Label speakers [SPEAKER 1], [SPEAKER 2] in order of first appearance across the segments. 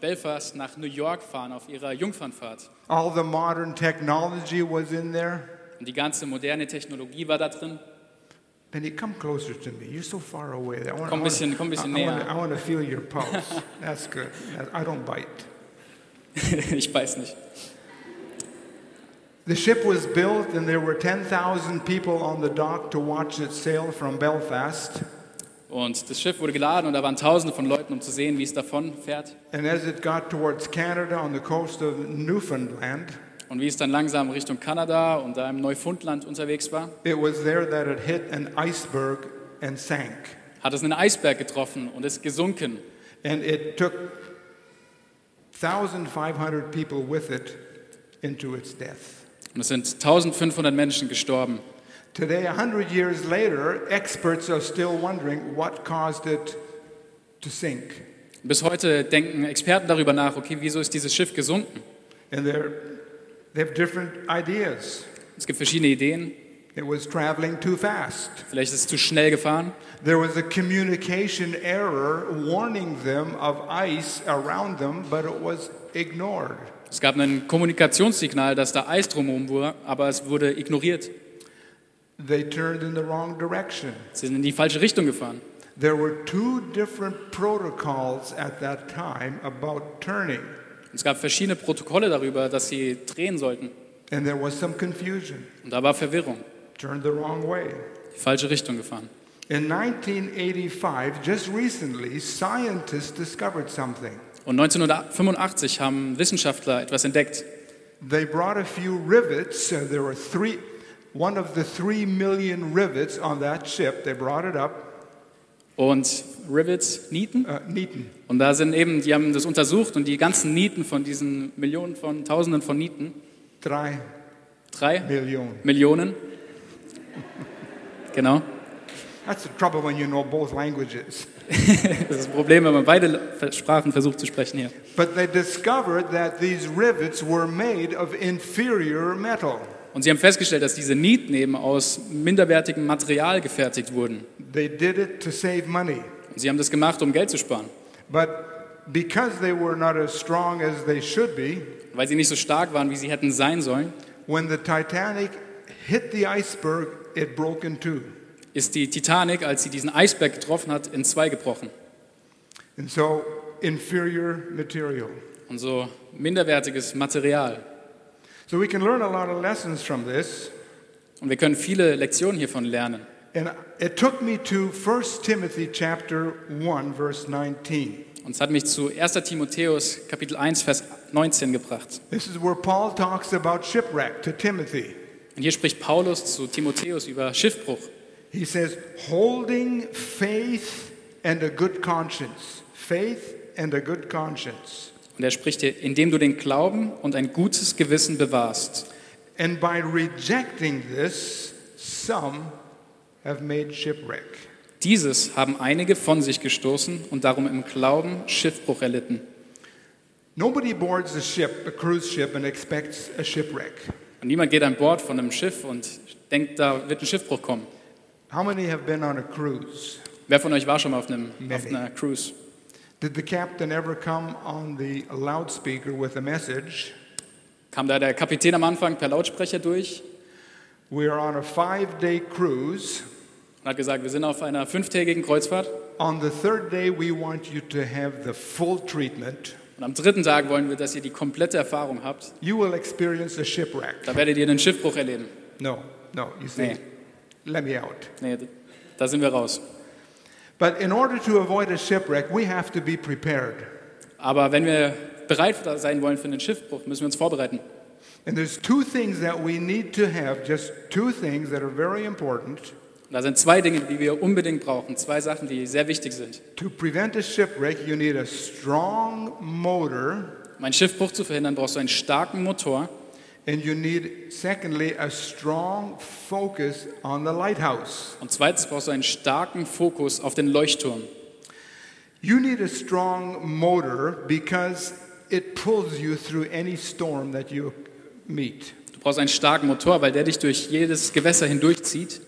[SPEAKER 1] Belfast nach New York fahren auf ihrer Jungfernfahrt.
[SPEAKER 2] All the modern technology was in there.
[SPEAKER 1] Und die ganze moderne Technologie war da drin.
[SPEAKER 2] Penny, come closer to me. You're so far away. I want,
[SPEAKER 1] Komm bisschen- komm bisschen
[SPEAKER 2] I,
[SPEAKER 1] näher.
[SPEAKER 2] wanna- I want to feel your pulse. That's good. I don't bite.
[SPEAKER 1] ich weiß nicht.
[SPEAKER 2] The ship was built, and there were 10,000 people on the dock to watch it sail from Belfast.
[SPEAKER 1] Und das Schiff wurde geladen und da waren Tausende von Leuten, um zu sehen, wie es davon fährt
[SPEAKER 2] And as it got towards Canada on the coast of Newfoundland,
[SPEAKER 1] und wie es dann langsam Richtung Kanada und da im Neufundland unterwegs war.
[SPEAKER 2] it was there that it hit an iceberg and sank.
[SPEAKER 1] Hat es einen Eisberg getroffen und ist gesunken.
[SPEAKER 2] And it took 1,500 people with it into its death.
[SPEAKER 1] Und es sind 1500 Menschen gestorben.
[SPEAKER 2] Today, 100 years later, experts are still wondering what caused it to sink.
[SPEAKER 1] Bis heute denken Experten darüber nach, okay, wieso ist dieses Schiff gesunken?
[SPEAKER 2] And they're, they have different ideas.
[SPEAKER 1] Es gibt verschiedene Ideen.
[SPEAKER 2] It was traveling too fast.
[SPEAKER 1] Vielleicht ist es zu schnell gefahren.
[SPEAKER 2] There was a communication error warning them of ice around them, but it was ignored.
[SPEAKER 1] Es gab ein Kommunikationssignal, dass da Eis drumherum war, aber es wurde ignoriert.
[SPEAKER 2] They turned in the wrong direction.
[SPEAKER 1] Sie sind in die falsche Richtung gefahren.
[SPEAKER 2] There were two different protocols at that time about turning,
[SPEAKER 1] Es gab verschiedene Protokolle darüber, dass sie drehen sollten.
[SPEAKER 2] and there was some confusion.
[SPEAKER 1] Und da war Verwirrung.
[SPEAKER 2] Turned the wrong way.
[SPEAKER 1] Die falsche Richtung gefahren.
[SPEAKER 2] In 1985, just recently, scientists discovered something.
[SPEAKER 1] Und 1985 haben Wissenschaftler etwas entdeckt.
[SPEAKER 2] They brought a few rivets. uh, there were three, one of the three million rivets on that ship. They brought it up,
[SPEAKER 1] Und Rivets, Nieten.
[SPEAKER 2] uh, Neaton.
[SPEAKER 1] Und da sind eben, die haben das untersucht und die ganzen Nieten von diesen Millionen von, Tausenden von Nieten,
[SPEAKER 2] Drei
[SPEAKER 1] drei
[SPEAKER 2] million.
[SPEAKER 1] Millionen. Genau.
[SPEAKER 2] That's the trouble when you know both languages.
[SPEAKER 1] Das ist das Problem, wenn man beide Sprachen versucht zu sprechen hier.
[SPEAKER 2] But they discovered that these rivets were made of inferior metal.
[SPEAKER 1] Und sie haben festgestellt, dass diese Nieten eben aus minderwertigem Material gefertigt wurden.
[SPEAKER 2] They did it to save money.
[SPEAKER 1] Und sie haben das gemacht, um Geld zu sparen.
[SPEAKER 2] But because they were not as strong as they should be,
[SPEAKER 1] Weil sie nicht so stark waren, wie sie hätten sein sollen,
[SPEAKER 2] when the Titanic hit the iceberg, it broke in two.
[SPEAKER 1] ist die Titanic, als sie diesen Eisberg getroffen hat, in zwei gebrochen.
[SPEAKER 2] And so, inferior material.
[SPEAKER 1] Und so minderwertiges Material.
[SPEAKER 2] So, we can learn a lot of lessons from this.
[SPEAKER 1] Und wir können viele Lektionen hiervon lernen.
[SPEAKER 2] And it took me to 1 Timothy chapter 1 verse 19.
[SPEAKER 1] Und es hat mich zu 1. Timotheus Kapitel 1, Vers 19 gebracht.
[SPEAKER 2] This is where Paul talks about shipwreck to Timothy.
[SPEAKER 1] Und hier spricht Paulus zu Timotheus über Schiffbruch.
[SPEAKER 2] He says, holding faith and a good conscience. Faith and a good conscience.
[SPEAKER 1] Und er spricht hier, indem du den Glauben und ein gutes Gewissen bewahrst.
[SPEAKER 2] And by rejecting this, some have made shipwreck.
[SPEAKER 1] Dieses haben einige von sich gestoßen und darum im Glauben Schiffbruch erlitten.
[SPEAKER 2] Nobody boards a ship, a cruise ship, and expects a shipwreck.
[SPEAKER 1] Und niemand geht an Bord von einem Schiff und denkt, da wird ein Schiffbruch kommen.
[SPEAKER 2] How many have been on a cruise?
[SPEAKER 1] Wer von euch war schon mal auf, einem,
[SPEAKER 2] Maybe.
[SPEAKER 1] auf einer Cruise?
[SPEAKER 2] Did the captain ever come on the loudspeaker with a message?
[SPEAKER 1] Kam da der Kapitän am Anfang per Lautsprecher durch
[SPEAKER 2] We are on a five day cruise.
[SPEAKER 1] und hat gesagt, wir sind auf einer fünftägigen Kreuzfahrt
[SPEAKER 2] On the third day, we want you to have the full treatment.
[SPEAKER 1] und am dritten Tag wollen wir, dass ihr die komplette Erfahrung habt.
[SPEAKER 2] You will experience a shipwreck.
[SPEAKER 1] Da werdet ihr einen Schiffbruch erleben.
[SPEAKER 2] No, no, you see,
[SPEAKER 1] Nee.
[SPEAKER 2] let me out.
[SPEAKER 1] Nee, da sind wir raus.
[SPEAKER 2] But in order to avoid a shipwreck, we have to be prepared.
[SPEAKER 1] Aber wenn wir bereit sein wollen für einen Schiffbruch, müssen wir uns vorbereiten.
[SPEAKER 2] And there's two things that we need to have, just two things that are very important
[SPEAKER 1] Und da sind zwei Dinge, die wir unbedingt brauchen, zwei Sachen, die sehr wichtig sind.
[SPEAKER 2] To prevent a shipwreck, you need a strong motor,
[SPEAKER 1] Um einen Schiffbruch zu verhindern, brauchst du einen starken Motor
[SPEAKER 2] and you need, secondly, a strong focus on the lighthouse.
[SPEAKER 1] und zweitens brauchst du einen starken Fokus auf den Leuchtturm.
[SPEAKER 2] You need a strong motor because it pulls you through any storm that you meet.
[SPEAKER 1] Du brauchst einen starken Motor, weil der dich durch jedes Gewässer hindurchzieht.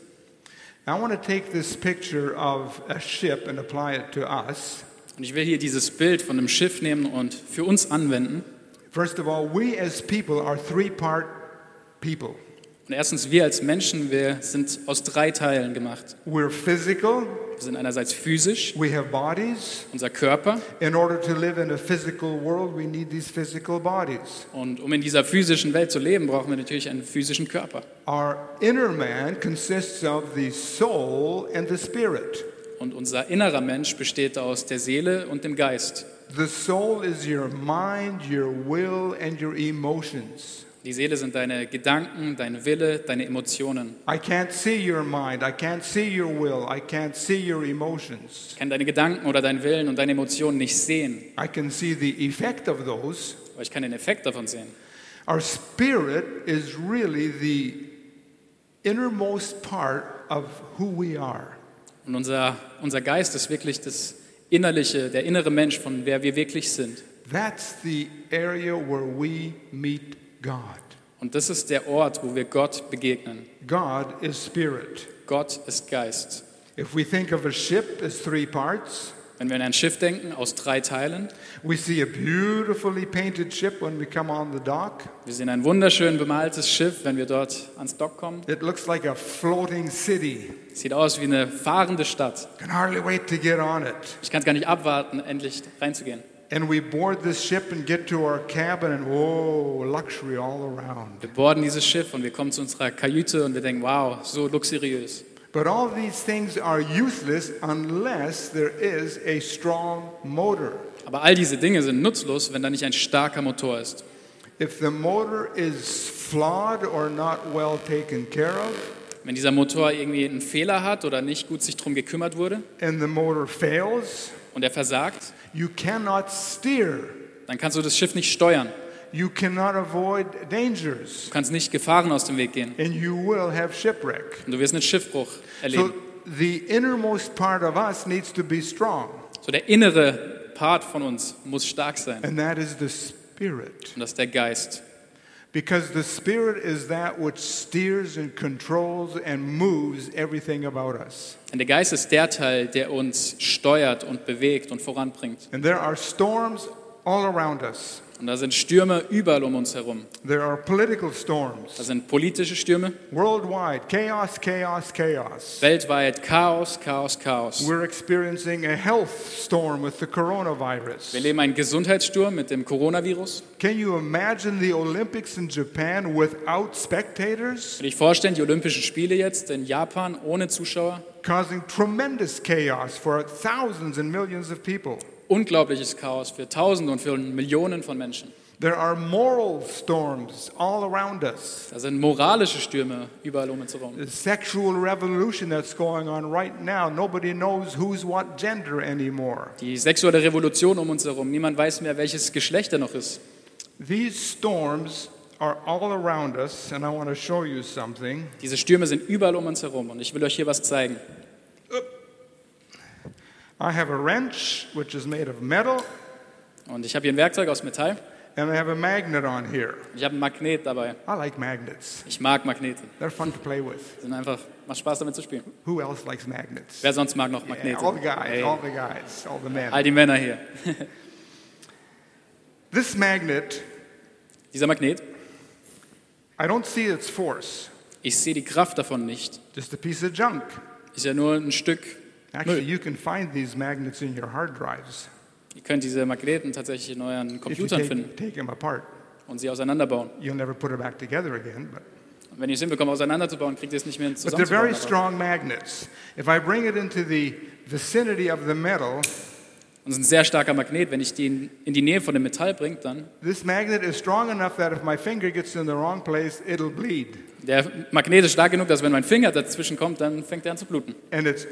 [SPEAKER 2] I want to take this picture of a ship and apply it to us.
[SPEAKER 1] Und ich will hier dieses Bild von einem Schiff nehmen und für uns anwenden.
[SPEAKER 2] First of all, we as people are three part people
[SPEAKER 1] Und erstens, wir als Menschen, wir sind aus drei Teilen gemacht.
[SPEAKER 2] we're physical,
[SPEAKER 1] Wir sind einerseits physisch,
[SPEAKER 2] we have bodies.
[SPEAKER 1] unser Körper.
[SPEAKER 2] In order to live in a physical world, we need these physical bodies.
[SPEAKER 1] Und um in dieser physischen Welt zu leben, brauchen wir natürlich einen physischen Körper.
[SPEAKER 2] Our inner man consists of the soul and the spirit.
[SPEAKER 1] Und unser innerer Mensch besteht aus der Seele und dem Geist.
[SPEAKER 2] The soul is your mind, your will, and your emotions.
[SPEAKER 1] Die Seele sind deine Gedanken, dein Wille, deine Emotionen.
[SPEAKER 2] I can't see your mind. I can't see your will. I can't see your emotions.
[SPEAKER 1] Ich kann deine Gedanken oder deinen Willen und deine Emotionen nicht sehen,
[SPEAKER 2] I can see the effect of those.
[SPEAKER 1] aber ich kann den Effekt davon sehen.
[SPEAKER 2] Our spirit is really the innermost part of who we are.
[SPEAKER 1] Und unser, unser Geist ist wirklich das Innerliche, der innere Mensch, von wer wir wirklich sind.
[SPEAKER 2] That's the area where we meet God.
[SPEAKER 1] Und das ist der Ort, wo wir Gott begegnen.
[SPEAKER 2] God is spirit.
[SPEAKER 1] Gott ist Geist.
[SPEAKER 2] If we think of a ship as three parts,
[SPEAKER 1] Wenn wir an ein Schiff denken, aus drei Teilen,
[SPEAKER 2] we see a beautifully painted ship when we come on the dock.
[SPEAKER 1] wir sehen ein wunderschön bemaltes Schiff, wenn wir dort ans Dock kommen.
[SPEAKER 2] It looks like a floating city.
[SPEAKER 1] Sieht aus wie eine fahrende Stadt.
[SPEAKER 2] Can hardly wait to get on it.
[SPEAKER 1] Ich kann es gar nicht abwarten, endlich reinzugehen.
[SPEAKER 2] And we board this ship and get to our cabin, and whoa, luxury all around.
[SPEAKER 1] Wir boarden dieses Schiff und wir kommen zu unserer Kajüte und wir denken, wow, so luxuriös.
[SPEAKER 2] But all these things are useless unless there is a strong motor.
[SPEAKER 1] Aber all diese Dinge sind nutzlos, wenn da nicht ein starker Motor ist.
[SPEAKER 2] If the motor is flawed or not well taken care of,
[SPEAKER 1] Wenn dieser Motor irgendwie einen Fehler hat oder nicht gut sich drum gekümmert wurde
[SPEAKER 2] and the motor fails,
[SPEAKER 1] und er versagt,
[SPEAKER 2] you cannot steer.
[SPEAKER 1] dann kannst du das Schiff nicht steuern.
[SPEAKER 2] You cannot avoid dangers,
[SPEAKER 1] Du kannst nicht Gefahren aus dem Weg gehen.
[SPEAKER 2] and you will have shipwreck.
[SPEAKER 1] Und du wirst einen Schiffbruch
[SPEAKER 2] So
[SPEAKER 1] erleben.
[SPEAKER 2] the innermost part of us needs to be strong,
[SPEAKER 1] So der innere Part von uns muss stark sein.
[SPEAKER 2] and that is the spirit.
[SPEAKER 1] Und das ist der Geist.
[SPEAKER 2] Because the spirit is that which steers and controls and moves everything about us.
[SPEAKER 1] Denn der Geist ist der Teil, der uns steuert und bewegt und voranbringt.
[SPEAKER 2] And there are storms all around us.
[SPEAKER 1] Und da sind Stürme überall um uns herum.
[SPEAKER 2] There are political
[SPEAKER 1] Da
[SPEAKER 2] storms
[SPEAKER 1] sind politische Stürme,
[SPEAKER 2] worldwide, chaos, chaos, chaos.
[SPEAKER 1] weltweit Chaos, Chaos, Chaos.
[SPEAKER 2] We're experiencing a health storm with the
[SPEAKER 1] Wir
[SPEAKER 2] coronavirus.
[SPEAKER 1] leben einen Gesundheitssturm mit dem Coronavirus.
[SPEAKER 2] Can you imagine the Olympics in Japan without spectators?
[SPEAKER 1] Kann ich vorstellen, die Olympischen Spiele jetzt in Japan ohne Zuschauer?
[SPEAKER 2] Causing tremendous chaos for thousands and millions of people.
[SPEAKER 1] Unglaubliches Chaos für Tausende und für Millionen von Menschen.
[SPEAKER 2] There are moral storms all around us.
[SPEAKER 1] Da sind moralische Stürme überall um uns herum.
[SPEAKER 2] The sexual revolution that's going on right now, nobody knows who's what gender anymore.
[SPEAKER 1] Die sexuelle Revolution um uns herum. Niemand weiß mehr, welches Geschlecht er noch ist.
[SPEAKER 2] These storms are all around us, and I want to show you something.
[SPEAKER 1] Diese Stürme sind überall um uns herum und ich will euch hier was zeigen.
[SPEAKER 2] I have a wrench, which is made of metal,
[SPEAKER 1] Und ich habe hier ein Werkzeug aus Metall.
[SPEAKER 2] and I have a magnet on here.
[SPEAKER 1] Ich habe einen Magnet dabei.
[SPEAKER 2] I like magnets,
[SPEAKER 1] Ich mag Magnete.
[SPEAKER 2] they're fun to play with.
[SPEAKER 1] Die Sind einfach, macht Spaß damit zu spielen.
[SPEAKER 2] Who else likes magnets?
[SPEAKER 1] Wer sonst mag noch
[SPEAKER 2] Yeah,
[SPEAKER 1] Magnete?
[SPEAKER 2] all the guys,
[SPEAKER 1] Hey,
[SPEAKER 2] all the guys, all the men.
[SPEAKER 1] all die Männer hier.
[SPEAKER 2] This magnet,
[SPEAKER 1] Dieser Magnet,
[SPEAKER 2] I don't see its force,
[SPEAKER 1] ich sehe die Kraft davon nicht.
[SPEAKER 2] just a piece of junk.
[SPEAKER 1] Ist ja nur ein Stück
[SPEAKER 2] Actually,
[SPEAKER 1] Müll.
[SPEAKER 2] you can find these magnets in your hard drives
[SPEAKER 1] Ihr könnt diese Magneten tatsächlich in euren
[SPEAKER 2] if you
[SPEAKER 1] Computern finden
[SPEAKER 2] take, take them apart.
[SPEAKER 1] und sie auseinanderbauen.
[SPEAKER 2] You'll never put it back together again, but,
[SPEAKER 1] Und wenn ihr es hinbekommt, auseinanderzubauen, kriegt ihr es nicht mehr
[SPEAKER 2] but they're very
[SPEAKER 1] zusammenzubauen. aber-
[SPEAKER 2] strong magnets. If I bring it into the vicinity of the metal,
[SPEAKER 1] Und es ist ein sehr starker Magnet. Wenn ich den in die Nähe von dem Metall bringe, dann
[SPEAKER 2] this magnet is strong enough that if my finger gets in the wrong place, it'll bleed.
[SPEAKER 1] der Magnet ist stark genug, dass wenn mein Finger dazwischen kommt, dann fängt er an zu bluten.
[SPEAKER 2] And it's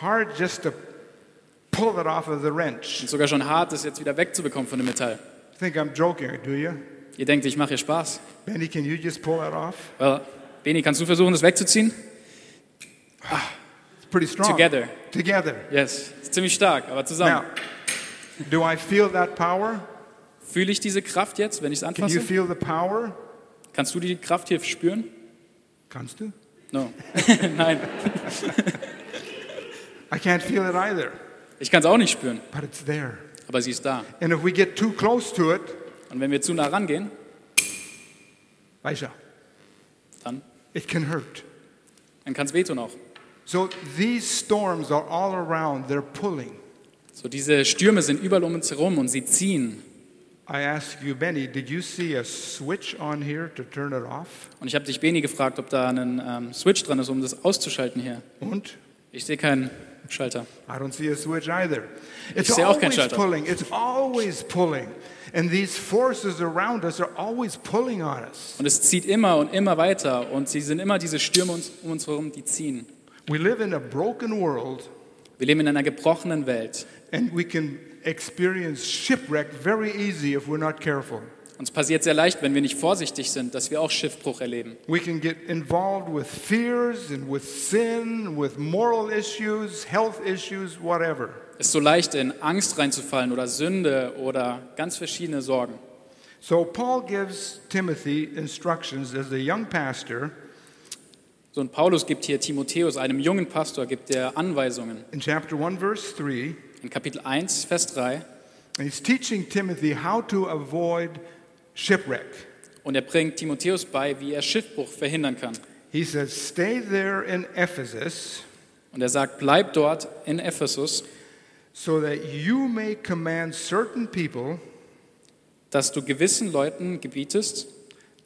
[SPEAKER 2] hard just to pull it off of the wrench.
[SPEAKER 1] Ist sogar schon hart, das jetzt wieder wegzubekommen von dem Metall.
[SPEAKER 2] Think I'm joking, do you?
[SPEAKER 1] Ihr denkt, ich mache hier Spaß.
[SPEAKER 2] Benny, can you just pull that off?
[SPEAKER 1] Well, Beni, kannst du versuchen, das wegzuziehen?
[SPEAKER 2] It's pretty strong.
[SPEAKER 1] Together.
[SPEAKER 2] Together.
[SPEAKER 1] Yes. Ist ziemlich stark, aber
[SPEAKER 2] Now,
[SPEAKER 1] zusammen.
[SPEAKER 2] do I feel that power?
[SPEAKER 1] Fühle ich diese Kraft jetzt, wenn ich es
[SPEAKER 2] Can you
[SPEAKER 1] anfasse?
[SPEAKER 2] feel the power?
[SPEAKER 1] Kannst du die Kraft hier spüren?
[SPEAKER 2] Kannst du?
[SPEAKER 1] No. Nein.
[SPEAKER 2] I can't feel it either.
[SPEAKER 1] Ich kann es auch nicht spüren,
[SPEAKER 2] but it's there.
[SPEAKER 1] aber sie ist da.
[SPEAKER 2] And if we get too close to it,
[SPEAKER 1] Und wenn wir zu nah rangehen,
[SPEAKER 2] Aisha,
[SPEAKER 1] dann,
[SPEAKER 2] it can hurt.
[SPEAKER 1] dann kann es wehtun auch.
[SPEAKER 2] So these storms are all around, they're pulling.
[SPEAKER 1] So diese Stürme sind überall um uns herum und sie ziehen.
[SPEAKER 2] I ask you, Benny, did you see a switch on here to turn it off?
[SPEAKER 1] Und ich habe dich, Beni, gefragt, ob da ein ähm, Switch dran ist, um das auszuschalten hier.
[SPEAKER 2] Und?
[SPEAKER 1] Ich sehe keinen Schalter.
[SPEAKER 2] I don't see a switch either. It's
[SPEAKER 1] sehe auch keinen
[SPEAKER 2] always
[SPEAKER 1] Schalter.
[SPEAKER 2] pulling. It's always pulling. And these forces around us are always pulling on us.
[SPEAKER 1] Und es zieht immer und immer weiter. Und sie sind immer diese Stürme uns, um uns herum, die ziehen.
[SPEAKER 2] We live in a broken world
[SPEAKER 1] Wir leben in einer gebrochenen Welt.
[SPEAKER 2] and we can experience shipwreck very easy if we're not careful.
[SPEAKER 1] Uns passiert sehr leicht, wenn wir nicht vorsichtig sind, dass wir auch Schiffbruch erleben.
[SPEAKER 2] We can get involved with fears and with sin, with moral issues, health issues, whatever.
[SPEAKER 1] Es ist so leicht, in Angst reinzufallen oder Sünde oder ganz verschiedene Sorgen.
[SPEAKER 2] So Paul gives Timothy instructions as a young pastor
[SPEAKER 1] So und Paulus gibt hier Timotheus, einem jungen Pastor, gibt er Anweisungen.
[SPEAKER 2] in chapter 1 verse 3
[SPEAKER 1] In Kapitel 1, Vers 3.
[SPEAKER 2] And he's teaching Timothy how to avoid shipwreck.
[SPEAKER 1] Und er bringt Timotheus bei, wie er Schiffbruch verhindern kann.
[SPEAKER 2] He says, Stay there in Ephesus
[SPEAKER 1] Und er sagt, bleib dort in Ephesus,
[SPEAKER 2] so that you may command certain people
[SPEAKER 1] dass du gewissen Leuten gebietest,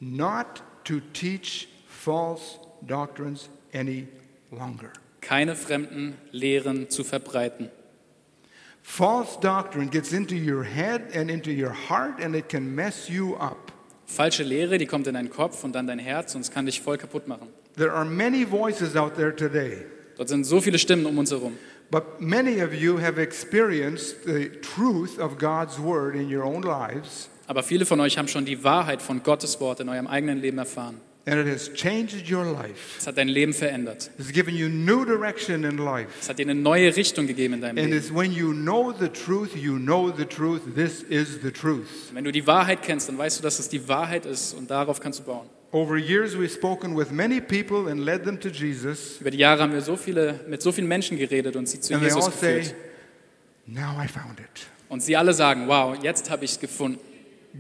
[SPEAKER 2] not to teach false doctrines any longer.
[SPEAKER 1] keine fremden Lehren zu verbreiten.
[SPEAKER 2] False doctrine gets into your head and into your heart, and it can mess you up.
[SPEAKER 1] Falsche Lehre, die kommt in deinen Kopf und dann dein Herz und es kann dich voll kaputt machen.
[SPEAKER 2] There are many voices out there today,
[SPEAKER 1] Dort sind so viele Stimmen um uns herum.
[SPEAKER 2] but many of you have experienced the truth of God's word in your own lives.
[SPEAKER 1] Aber viele von euch haben schon die Wahrheit von Gottes Wort in eurem eigenen Leben erfahren.
[SPEAKER 2] And it has changed your life.
[SPEAKER 1] Es hat dein Leben verändert.
[SPEAKER 2] It's given you new direction in life.
[SPEAKER 1] Es hat dir eine neue Richtung gegeben in deinem
[SPEAKER 2] And
[SPEAKER 1] Leben.
[SPEAKER 2] it's when you know the truth, you know the truth. This is the truth.
[SPEAKER 1] Wenn du die Wahrheit kennst, dann weißt du, dass es die Wahrheit ist und darauf kannst du bauen.
[SPEAKER 2] Over years, we've spoken with many people and led them to Jesus.
[SPEAKER 1] Über die Jahre haben wir so viele, mit so vielen Menschen geredet und sie zu
[SPEAKER 2] And they all
[SPEAKER 1] Jesus
[SPEAKER 2] say,
[SPEAKER 1] geführt.
[SPEAKER 2] Now I found it.
[SPEAKER 1] Und sie alle sagen, wow, jetzt habe ich es gefunden.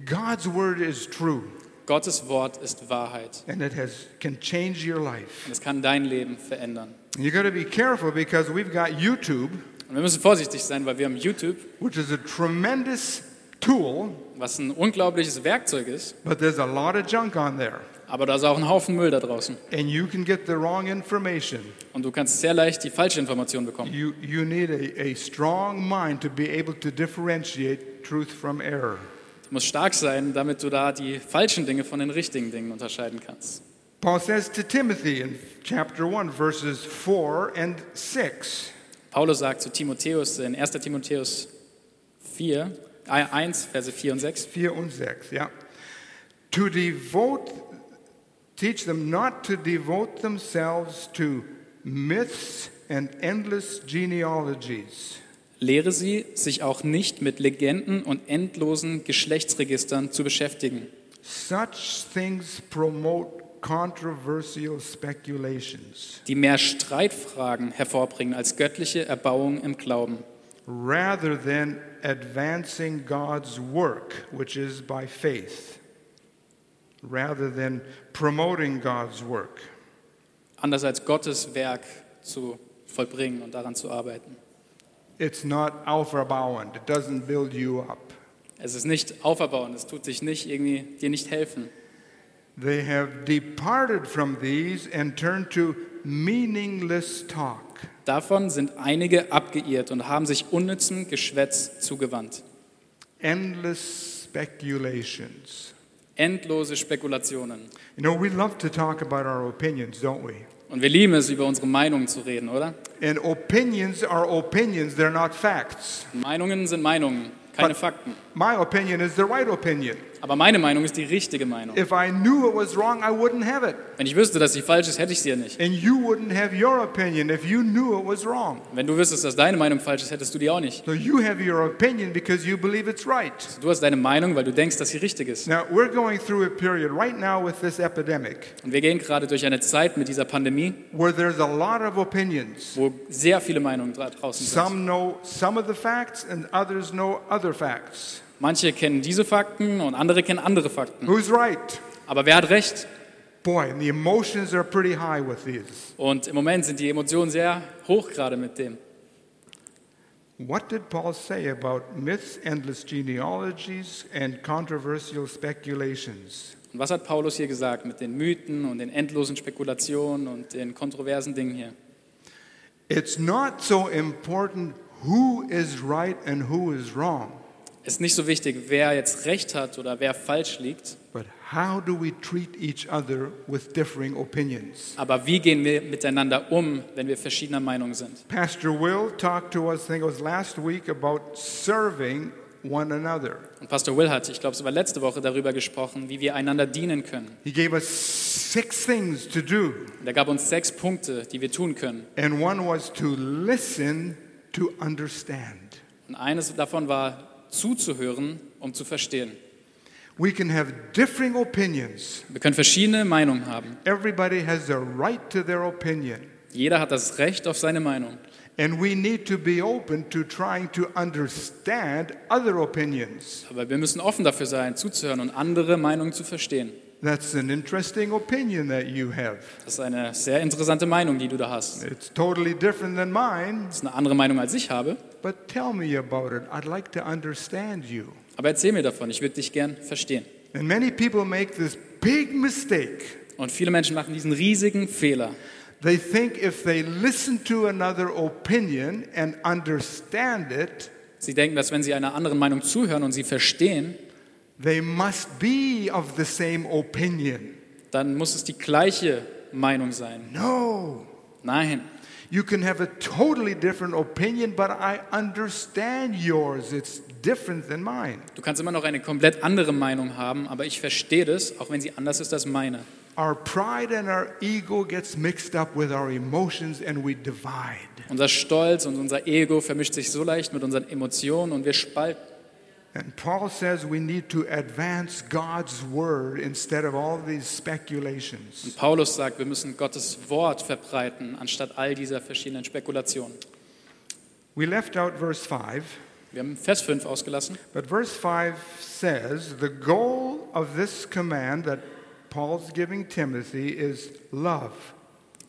[SPEAKER 2] God's word is true,
[SPEAKER 1] Gottes Wort ist Wahrheit.
[SPEAKER 2] and it has, can change your life.
[SPEAKER 1] Und es kann dein Leben verändern.
[SPEAKER 2] And you got to be careful because we've got YouTube,
[SPEAKER 1] Und wir müssen vorsichtig sein, weil wir haben YouTube,
[SPEAKER 2] which is a tremendous tool,
[SPEAKER 1] was ein unglaubliches Werkzeug ist,
[SPEAKER 2] but there's a lot of junk on there.
[SPEAKER 1] aber da ist auch ein Haufen Müll da draußen.
[SPEAKER 2] And you can get the wrong information.
[SPEAKER 1] Und du kannst sehr leicht die falsche Information bekommen.
[SPEAKER 2] You, you need a, a strong mind to be able to differentiate truth from error.
[SPEAKER 1] Du musst stark sein, damit du da die falschen Dinge von den richtigen Dingen unterscheiden kannst.
[SPEAKER 2] Paul says to Timothy in chapter 1, verses 4 and 6
[SPEAKER 1] Paulus sagt zu Timotheus in 1. Timotheus 4, äh, 1, Verse 4 und 6,
[SPEAKER 2] 4 und 6, yeah. To devote, teach them not to devote themselves to myths and endless genealogies,
[SPEAKER 1] lehre sie, sich auch nicht mit Legenden und endlosen Geschlechtsregistern zu beschäftigen.
[SPEAKER 2] such things promote controversial speculations.
[SPEAKER 1] die mehr Streitfragen hervorbringen als göttliche Erbauung im Glauben,
[SPEAKER 2] rather than advancing God's work, which is by faith, rather than promoting God's work.
[SPEAKER 1] anders als Gottes Werk zu vollbringen und daran zu arbeiten.
[SPEAKER 2] It's not auferbauend, it doesn't build you up.
[SPEAKER 1] Es ist nicht auferbauend, es tut sich nicht irgendwie dir nicht helfen.
[SPEAKER 2] They have departed from these and turned to meaningless talk.
[SPEAKER 1] Davon sind einige abgeirrt und haben sich unnützem Geschwätz zugewandt.
[SPEAKER 2] Endless speculations.
[SPEAKER 1] Endlose Spekulationen.
[SPEAKER 2] You know, we love to talk about our opinions, don't we?
[SPEAKER 1] Und wir lieben es, über unsere Meinungen zu reden, oder?
[SPEAKER 2] And opinions are opinions, they're not facts.
[SPEAKER 1] Meinungen sind Meinungen, keine
[SPEAKER 2] But-
[SPEAKER 1] Fakten.
[SPEAKER 2] My opinion is the right opinion.
[SPEAKER 1] Aber meine Meinung ist die richtige Meinung.
[SPEAKER 2] If I knew it was wrong, I wouldn't have it.
[SPEAKER 1] Wenn ich wüsste, dass sie falsch ist, hätte ich sie ja nicht.
[SPEAKER 2] And you wouldn't have your opinion if you knew it was wrong.
[SPEAKER 1] Wenn du wüsstest, dass deine Meinung falsch ist, hättest du die auch nicht.
[SPEAKER 2] So you have your opinion because you believe it's right.
[SPEAKER 1] Du hast deine Meinung, weil du denkst, dass sie richtig ist.
[SPEAKER 2] Now, we're going through a period right now with this epidemic
[SPEAKER 1] Und wir gehen gerade durch eine Zeit mit dieser Pandemie,
[SPEAKER 2] where there's a lot of opinions.
[SPEAKER 1] wo sehr viele Meinungen dra- draußen sind.
[SPEAKER 2] Some know some of the facts and others know other facts.
[SPEAKER 1] Manche kennen diese Fakten und andere kennen andere Fakten.
[SPEAKER 2] Who's right?
[SPEAKER 1] Aber wer hat recht?
[SPEAKER 2] Boy, and the emotions are pretty high with these.
[SPEAKER 1] Und im Moment sind die Emotionen sehr hoch gerade mit dem.
[SPEAKER 2] What did Paul say about myths, endless genealogies, and controversial speculations?
[SPEAKER 1] Und was hat Paulus hier gesagt mit den Mythen und den endlosen Spekulationen und den kontroversen Dingen hier?
[SPEAKER 2] It's not so important who is right and who is wrong,
[SPEAKER 1] Es ist nicht so wichtig, wer jetzt recht hat oder wer falsch liegt,
[SPEAKER 2] but how do we treat each other with differing opinions?
[SPEAKER 1] aber wie gehen wir miteinander um, wenn wir verschiedener Meinung sind?
[SPEAKER 2] Pastor Will talked to us, I think it was last week, about serving one another.
[SPEAKER 1] Und Pastor Will hat, ich glaube, es war letzte Woche darüber gesprochen, wie wir einander dienen können.
[SPEAKER 2] He gave us six things to do,
[SPEAKER 1] Und er gab uns sechs Punkte, die wir tun können.
[SPEAKER 2] and one was to listen to understand.
[SPEAKER 1] Und eines davon war, zuzuhören, um zu verstehen.
[SPEAKER 2] We can have differing opinions.
[SPEAKER 1] Wir können verschiedene Meinungen haben.
[SPEAKER 2] Everybody has a right to their opinion,
[SPEAKER 1] Jeder hat das Recht auf seine Meinung.
[SPEAKER 2] and we need to be open to trying to understand other opinions.
[SPEAKER 1] Aber wir müssen offen dafür sein, zuzuhören und andere Meinungen zu verstehen.
[SPEAKER 2] That's an interesting opinion that you have.
[SPEAKER 1] Das ist eine sehr interessante Meinung, die du da hast.
[SPEAKER 2] It's totally different than mine,
[SPEAKER 1] Das ist eine andere Meinung, als ich habe.
[SPEAKER 2] but tell me about it. I'd like to understand you.
[SPEAKER 1] Aber erzähl mir davon, ich würde dich gern verstehen.
[SPEAKER 2] And many people make this big mistake.
[SPEAKER 1] Und viele Menschen machen diesen riesigen Fehler.
[SPEAKER 2] They think if they listen to another opinion and understand it,
[SPEAKER 1] Sie denken, dass wenn sie einer anderen Meinung zuhören und sie verstehen,
[SPEAKER 2] they must be of the same opinion.
[SPEAKER 1] dann muss es die gleiche Meinung sein.
[SPEAKER 2] No.
[SPEAKER 1] Nein,
[SPEAKER 2] You can have a totally different opinion, but I understand yours. It's different than mine.
[SPEAKER 1] du kannst immer noch eine komplett andere Meinung haben, aber ich verstehe das, auch wenn sie anders ist als meine.
[SPEAKER 2] Our pride and our ego gets mixed up with our emotions and we divide.
[SPEAKER 1] Unser Stolz und unser Ego vermischt sich so leicht mit unseren Emotionen und wir spalten.
[SPEAKER 2] And Paul says we need to advance God's word instead of all these speculations.
[SPEAKER 1] Und Paulus sagt, wir müssen Gottes Wort verbreiten, anstatt all dieser verschiedenen Spekulationen.
[SPEAKER 2] We left out verse 5.
[SPEAKER 1] Wir haben Vers 5 ausgelassen.
[SPEAKER 2] But verse 5 says the goal of this command that Paul's giving Timothy is love.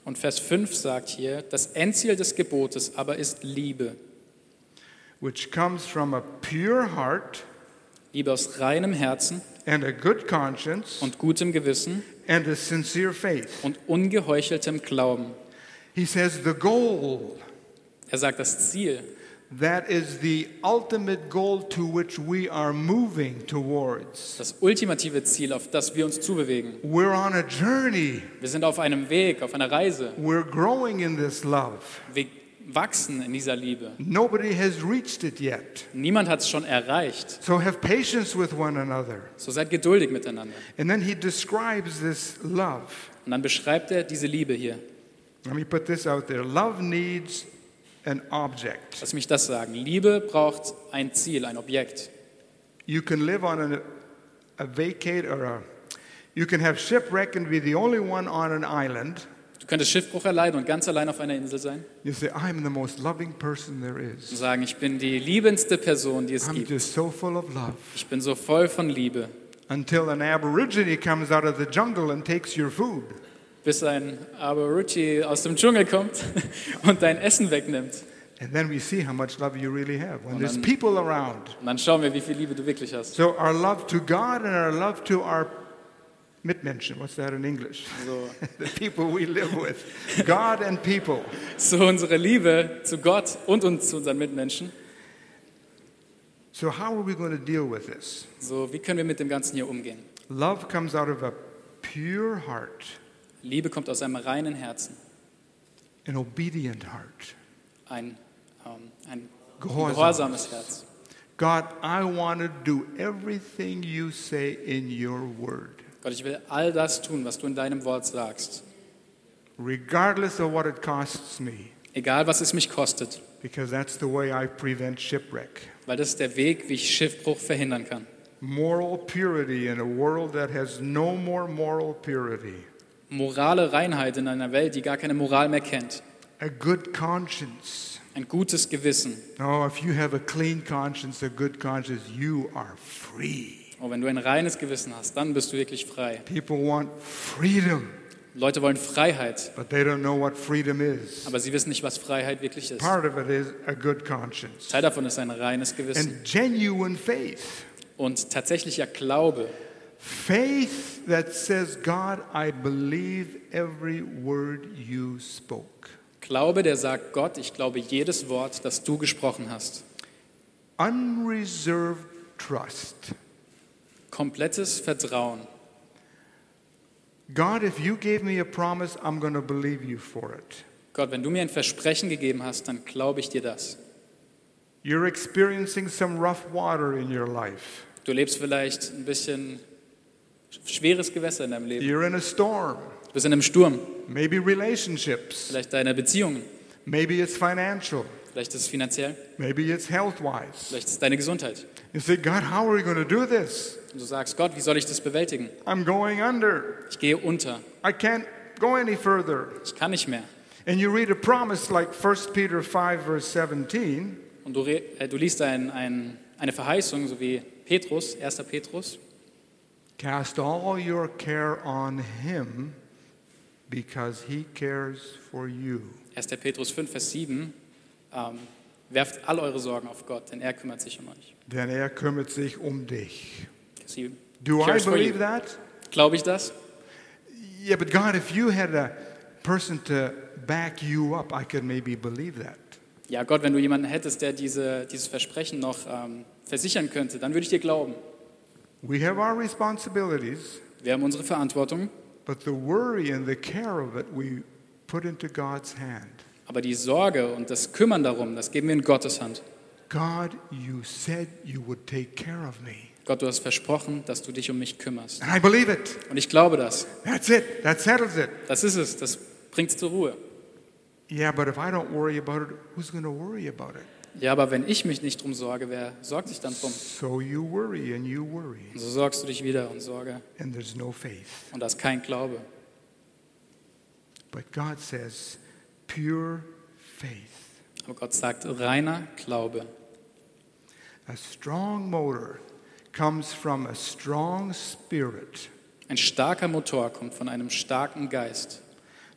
[SPEAKER 1] Und Vers 5 sagt hier, das Endziel des Gebotes aber ist Liebe.
[SPEAKER 2] which comes from a pure heart
[SPEAKER 1] Liebe aus reinem Herzen
[SPEAKER 2] and a good conscience
[SPEAKER 1] und gutem Gewissen
[SPEAKER 2] and a sincere faith.
[SPEAKER 1] und ungeheucheltem Glauben.
[SPEAKER 2] He says the goal,
[SPEAKER 1] Er sagt das Ziel.
[SPEAKER 2] that is the ultimate goal to which we are moving towards.
[SPEAKER 1] Das ultimative Ziel, auf das wir uns zubewegen.
[SPEAKER 2] We're on a journey.
[SPEAKER 1] Wir sind auf einem Weg, auf einer Reise.
[SPEAKER 2] We're growing in this love.
[SPEAKER 1] Wir wachsen in dieser Liebe.
[SPEAKER 2] Nobody has reached it yet.
[SPEAKER 1] Niemand hat es schon erreicht.
[SPEAKER 2] So have patience with one another.
[SPEAKER 1] So seid geduldig miteinander.
[SPEAKER 2] And then he describes this love.
[SPEAKER 1] Und dann beschreibt er diese Liebe hier.
[SPEAKER 2] Let me put this out there. Love needs an object.
[SPEAKER 1] Lass mich das sagen. Liebe braucht ein Ziel, ein Objekt.
[SPEAKER 2] You can live on a, a vacate or a, you can have shipwreck and be the only one on an island.
[SPEAKER 1] Du könntest Schiffbruch erleiden und ganz allein auf einer Insel sein
[SPEAKER 2] You say, I'm the most loving person there
[SPEAKER 1] und
[SPEAKER 2] is.
[SPEAKER 1] sagen, ich bin die liebendste Person, die es
[SPEAKER 2] I'm
[SPEAKER 1] gibt.
[SPEAKER 2] just so full of love.
[SPEAKER 1] Ich bin so voll von Liebe.
[SPEAKER 2] Until an aborigine comes out of the jungle and takes your food.
[SPEAKER 1] Bis ein Aborigine aus dem Dschungel kommt und dein Essen wegnimmt.
[SPEAKER 2] And then we see how much love you really have when
[SPEAKER 1] Und
[SPEAKER 2] there's
[SPEAKER 1] dann-
[SPEAKER 2] people around.
[SPEAKER 1] Und dann schauen wir, wie viel Liebe du wirklich hast.
[SPEAKER 2] So our love to God and our love to our mitmenschen, what's that in English?
[SPEAKER 1] So,
[SPEAKER 2] the people we live with. God and people.
[SPEAKER 1] so unsere Liebe zu Gott und uns zu unseren Mitmenschen.
[SPEAKER 2] So how are we going to deal with this?
[SPEAKER 1] So, wie können wir mit dem Ganzen hier umgehen?
[SPEAKER 2] Love comes out of a pure heart,
[SPEAKER 1] Liebe kommt aus einem reinen Herzen.
[SPEAKER 2] an obedient heart.
[SPEAKER 1] Ein, ähm, ein
[SPEAKER 2] Gehorsames.
[SPEAKER 1] gehorsames Herz.
[SPEAKER 2] God, I want to do everything you say in your word,
[SPEAKER 1] Gott, ich will all das tun, was du in deinem Wort sagst.
[SPEAKER 2] regardless of what it costs me,
[SPEAKER 1] Egal, was es mich kostet.
[SPEAKER 2] because that's the way I prevent shipwreck.
[SPEAKER 1] Weil das ist der Weg, wie ich Schiffbruch verhindern kann.
[SPEAKER 2] Moral purity in a world that has no more moral purity,
[SPEAKER 1] Morale Reinheit in einer Welt, die gar keine Moral mehr kennt.
[SPEAKER 2] a good conscience.
[SPEAKER 1] Ein gutes Gewissen.
[SPEAKER 2] No, if you have a clean conscience, a good conscience, you are free.
[SPEAKER 1] Oh, wenn du ein reines Gewissen hast, dann bist du wirklich frei.
[SPEAKER 2] People want freedom,
[SPEAKER 1] Leute wollen Freiheit,
[SPEAKER 2] but they don't know what freedom is.
[SPEAKER 1] aber sie wissen nicht, was Freiheit wirklich ist.
[SPEAKER 2] Part of it is a good conscience
[SPEAKER 1] Teil davon ist ein reines Gewissen.
[SPEAKER 2] and genuine faith.
[SPEAKER 1] Und tatsächlicher Glaube.
[SPEAKER 2] Faith that says, God, I believe every word you spoke.
[SPEAKER 1] Glaube, der sagt, Gott, ich glaube jedes Wort, das du gesprochen hast.
[SPEAKER 2] Unreserved trust.
[SPEAKER 1] Komplettes Vertrauen.
[SPEAKER 2] God, if you gave me a promise, I'm going to believe you for it.
[SPEAKER 1] Gott, wenn du mir ein Versprechen gegeben hast, dann glaube ich dir das.
[SPEAKER 2] You're experiencing some rough water in your life,
[SPEAKER 1] Du lebst vielleicht ein bisschen schweres Gewässer in deinem Leben.
[SPEAKER 2] you're in a storm.
[SPEAKER 1] Du bist in einem Sturm.
[SPEAKER 2] Maybe relationships.
[SPEAKER 1] Vielleicht deine Beziehungen.
[SPEAKER 2] Maybe it's financial.
[SPEAKER 1] Vielleicht ist es finanziell.
[SPEAKER 2] Maybe it's health wise.
[SPEAKER 1] Vielleicht ist es deine Gesundheit.
[SPEAKER 2] You say, God, how are we going to do this?
[SPEAKER 1] Und du sagst, Gott, wie soll ich das bewältigen?
[SPEAKER 2] I'm going under.
[SPEAKER 1] Ich gehe unter.
[SPEAKER 2] I can't go any further.
[SPEAKER 1] Ich kann nicht mehr.
[SPEAKER 2] And you read a promise like 1 Peter 5, verse 17.
[SPEAKER 1] Und du, re- äh, du liest ein, ein, eine Verheißung, so wie Petrus, 1. Petrus.
[SPEAKER 2] Cast all your care on him because he cares for you.
[SPEAKER 1] 1. Petrus 5, Vers 7. Ähm, werft all eure Sorgen auf Gott, denn er kümmert sich um euch.
[SPEAKER 2] Denn er kümmert sich um dich.
[SPEAKER 1] Vers 7.
[SPEAKER 2] Do I
[SPEAKER 1] Cares for you.
[SPEAKER 2] believe that?
[SPEAKER 1] Glaube ich das?
[SPEAKER 2] Yeah, but God, if you had a person to back you up, I could maybe believe that.
[SPEAKER 1] Ja, Gott, wenn du jemanden hättest, der diese, dieses Versprechen noch ähm, versichern könnte, dann würde ich dir glauben.
[SPEAKER 2] We have our responsibilities.
[SPEAKER 1] Wir haben unsere Verantwortung,
[SPEAKER 2] But the worry and the care of it we put into God's hand.
[SPEAKER 1] aber die Sorge und das Kümmern darum, das geben wir in Gottes Hand.
[SPEAKER 2] God, you said you would take care of me.
[SPEAKER 1] Gott, du hast versprochen, dass du dich um mich kümmerst.
[SPEAKER 2] And I believe it.
[SPEAKER 1] Und ich glaube das.
[SPEAKER 2] That's it. That settles it.
[SPEAKER 1] Das ist es. Das bringt es zur Ruhe.
[SPEAKER 2] Yeah, but if I don't worry about it, who's going to worry about it?
[SPEAKER 1] Ja, aber wenn ich mich nicht drum sorge, wer sorgt sich dann drum?
[SPEAKER 2] So you worry and you worry,
[SPEAKER 1] Und so sorgst du dich wieder und Sorge.
[SPEAKER 2] and there's no faith.
[SPEAKER 1] Und da ist kein Glaube.
[SPEAKER 2] But God says, pure faith,
[SPEAKER 1] Aber Gott sagt, reiner Glaube.
[SPEAKER 2] a strong motor comes from a strong spirit
[SPEAKER 1] Ein starker Motor kommt von einem starken Geist,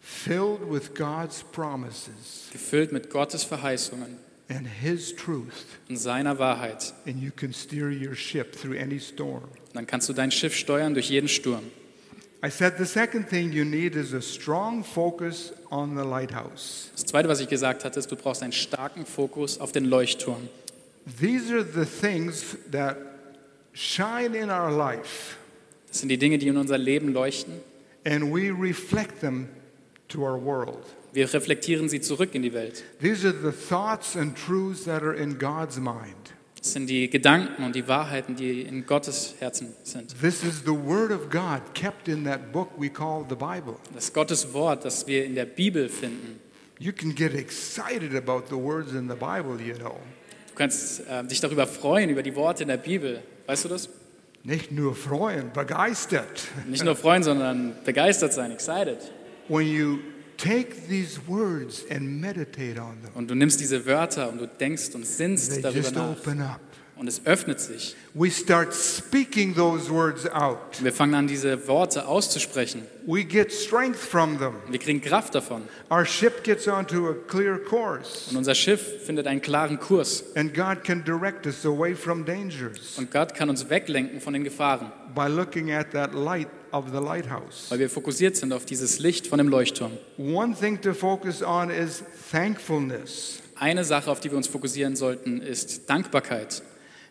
[SPEAKER 2] filled with God's promises
[SPEAKER 1] gefüllt mit Gottes Verheißungen
[SPEAKER 2] and His truth.
[SPEAKER 1] und seiner Wahrheit.
[SPEAKER 2] and you can steer your ship through any storm.
[SPEAKER 1] Und dann kannst du dein Schiff steuern durch jeden Sturm.
[SPEAKER 2] I said the second thing you need is a strong focus on the lighthouse.
[SPEAKER 1] Das Zweite, was ich gesagt hatte, ist, du brauchst einen starken Fokus auf den Leuchtturm.
[SPEAKER 2] These are the things that shine in our life,
[SPEAKER 1] Das sind die Dinge, die in unser Leben leuchten.
[SPEAKER 2] and we reflect them to our world.
[SPEAKER 1] Wir reflektieren sie zurück in die Welt.
[SPEAKER 2] These are the thoughts and truths that are in God's mind.
[SPEAKER 1] Das sind die Gedanken und die Wahrheiten, die in Gottes Herzen sind.
[SPEAKER 2] This is the Word of God kept in that book we call the Bible.
[SPEAKER 1] Das ist Gottes Wort, das wir in der Bibel finden.
[SPEAKER 2] You can get excited about the words in the Bible, you know.
[SPEAKER 1] Du kannst äh, dich darüber freuen, über die Worte in der Bibel. Weißt du das?
[SPEAKER 2] Nicht nur freuen, begeistert.
[SPEAKER 1] Nicht nur freuen, sondern begeistert sein, excited.
[SPEAKER 2] When you take these words and meditate on them,
[SPEAKER 1] Und du nimmst diese Wörter und du denkst und
[SPEAKER 2] they
[SPEAKER 1] sinnst darüber
[SPEAKER 2] just
[SPEAKER 1] nach.
[SPEAKER 2] open up.
[SPEAKER 1] Und es öffnet sich.
[SPEAKER 2] We start speaking those words out.
[SPEAKER 1] Wir fangen an, diese Worte auszusprechen.
[SPEAKER 2] We get strength from them.
[SPEAKER 1] Und wir kriegen Kraft davon.
[SPEAKER 2] Our ship gets onto a clear
[SPEAKER 1] Und
[SPEAKER 2] course,
[SPEAKER 1] unser Schiff findet einen klaren Kurs.
[SPEAKER 2] and God can direct us away from dangers
[SPEAKER 1] Und Gott kann uns weglenken von den Gefahren,
[SPEAKER 2] by looking at that light of the lighthouse.
[SPEAKER 1] weil wir fokussiert sind auf dieses Licht von dem Leuchtturm.
[SPEAKER 2] One thing to focus on is thankfulness.
[SPEAKER 1] Eine Sache, auf die wir uns fokussieren sollten, ist Dankbarkeit.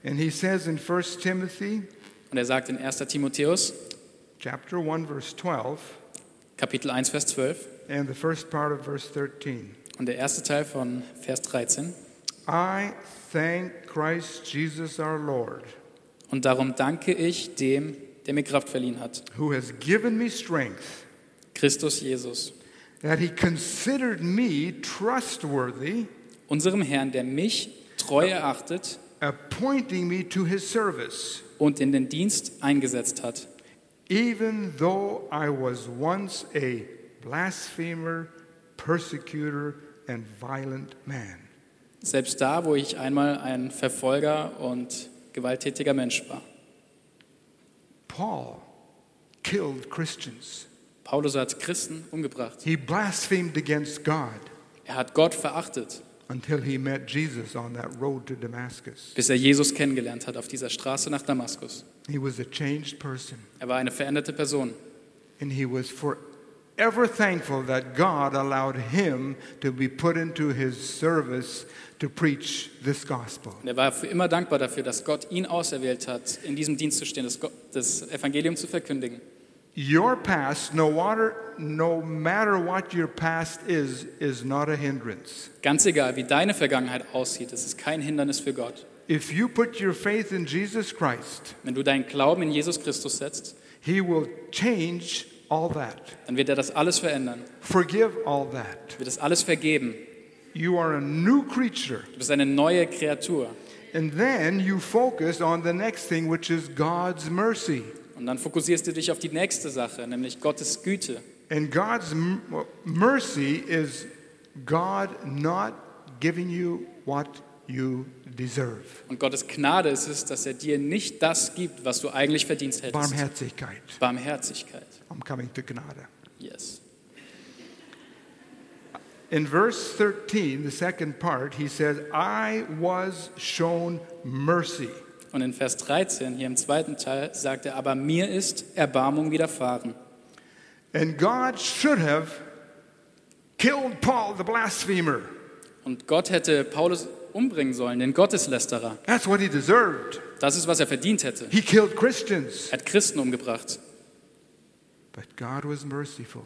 [SPEAKER 2] And he says in 1 Timothy
[SPEAKER 1] Und er sagt in 1. Timotheus,
[SPEAKER 2] chapter 1 verse 12
[SPEAKER 1] Kapitel 1, Vers 12
[SPEAKER 2] and the first part of verse 13.
[SPEAKER 1] und der erste Teil von Vers 13,
[SPEAKER 2] I thank Christ Jesus our Lord,
[SPEAKER 1] Und darum danke ich dem, der mir Kraft verliehen hat,
[SPEAKER 2] who has given me strength,
[SPEAKER 1] Christus Jesus,
[SPEAKER 2] that he considered me trustworthy,
[SPEAKER 1] unserem Herrn, der mich treu erachtet
[SPEAKER 2] appointing me to his service,
[SPEAKER 1] und in den Dienst eingesetzt hat,
[SPEAKER 2] even though I was once a blasphemer, persecutor, and violent man.
[SPEAKER 1] selbst da, wo ich einmal ein Verfolger und gewalttätiger Mensch war.
[SPEAKER 2] Paul killed Christians,
[SPEAKER 1] Paulus hat Christen umgebracht.
[SPEAKER 2] he blasphemed against God
[SPEAKER 1] Er hat Gott verachtet,
[SPEAKER 2] until he met Jesus on that road to Damascus.
[SPEAKER 1] bis er Jesus kennengelernt hat auf dieser Straße nach Damaskus.
[SPEAKER 2] He was a changed person.
[SPEAKER 1] Er war eine veränderte Person.
[SPEAKER 2] And he was forever thankful that God allowed him to be put into his service to preach this gospel.
[SPEAKER 1] Und er war für immer dankbar dafür, dass Gott ihn auserwählt hat, in diesem Dienst zu stehen, das, Gott- das Evangelium zu verkündigen.
[SPEAKER 2] Your past, no, water, no matter what your past is, is not a hindrance.
[SPEAKER 1] Ganz egal, wie deine Vergangenheit aussieht, es ist kein Hindernis für Gott.
[SPEAKER 2] If you put your faith in Jesus Christ,
[SPEAKER 1] Wenn du deinen Glauben in Jesus Christus setzt,
[SPEAKER 2] he will change all that,
[SPEAKER 1] dann wird er das alles verändern,
[SPEAKER 2] forgive all that.
[SPEAKER 1] wird es alles vergeben.
[SPEAKER 2] You are a new creature.
[SPEAKER 1] Du bist eine neue Kreatur.
[SPEAKER 2] And then you focus on the next thing, which is God's mercy.
[SPEAKER 1] Und dann fokussierst du dich auf die nächste Sache, nämlich Gottes Güte.
[SPEAKER 2] And God's m- mercy is God not giving you what you deserve.
[SPEAKER 1] Und Gottes Gnade ist es, dass er dir nicht das gibt, was du eigentlich verdient hättest.
[SPEAKER 2] Barmherzigkeit.
[SPEAKER 1] Barmherzigkeit.
[SPEAKER 2] I'm coming to Gnade.
[SPEAKER 1] Yes.
[SPEAKER 2] In verse 13, the second part, he says, I was shown mercy.
[SPEAKER 1] Und in Vers 13, hier im zweiten Teil, sagt er, aber mir ist Erbarmung widerfahren.
[SPEAKER 2] And God should have killed Paul the blasphemer.
[SPEAKER 1] Und Gott hätte Paulus umbringen sollen, den Gotteslästerer.
[SPEAKER 2] That's what he deserved.
[SPEAKER 1] Das ist, was er verdient hätte.
[SPEAKER 2] He killed Christians.
[SPEAKER 1] Er hat Christen umgebracht.
[SPEAKER 2] But God was merciful.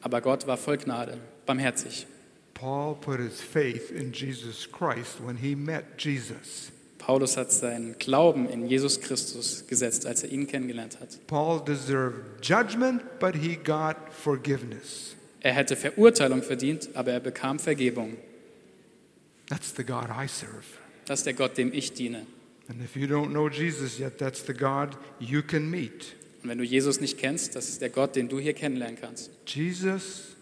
[SPEAKER 1] Aber Gott war voll Gnade, barmherzig.
[SPEAKER 2] Paul put his faith in Jesus Christ when he met Jesus.
[SPEAKER 1] Paulus hat seinen Glauben in Jesus Christus gesetzt, als er ihn kennengelernt hat.
[SPEAKER 2] Paul deserved judgment, but he got forgiveness.
[SPEAKER 1] Er hätte Verurteilung verdient, aber er bekam Vergebung.
[SPEAKER 2] That's the God I serve.
[SPEAKER 1] Das ist der Gott, dem ich diene.
[SPEAKER 2] And if you don't know Jesus yet, that's the God you can meet.
[SPEAKER 1] Und wenn du Jesus nicht kennst, das ist der Gott, den du hier kennenlernen kannst.
[SPEAKER 2] Jesus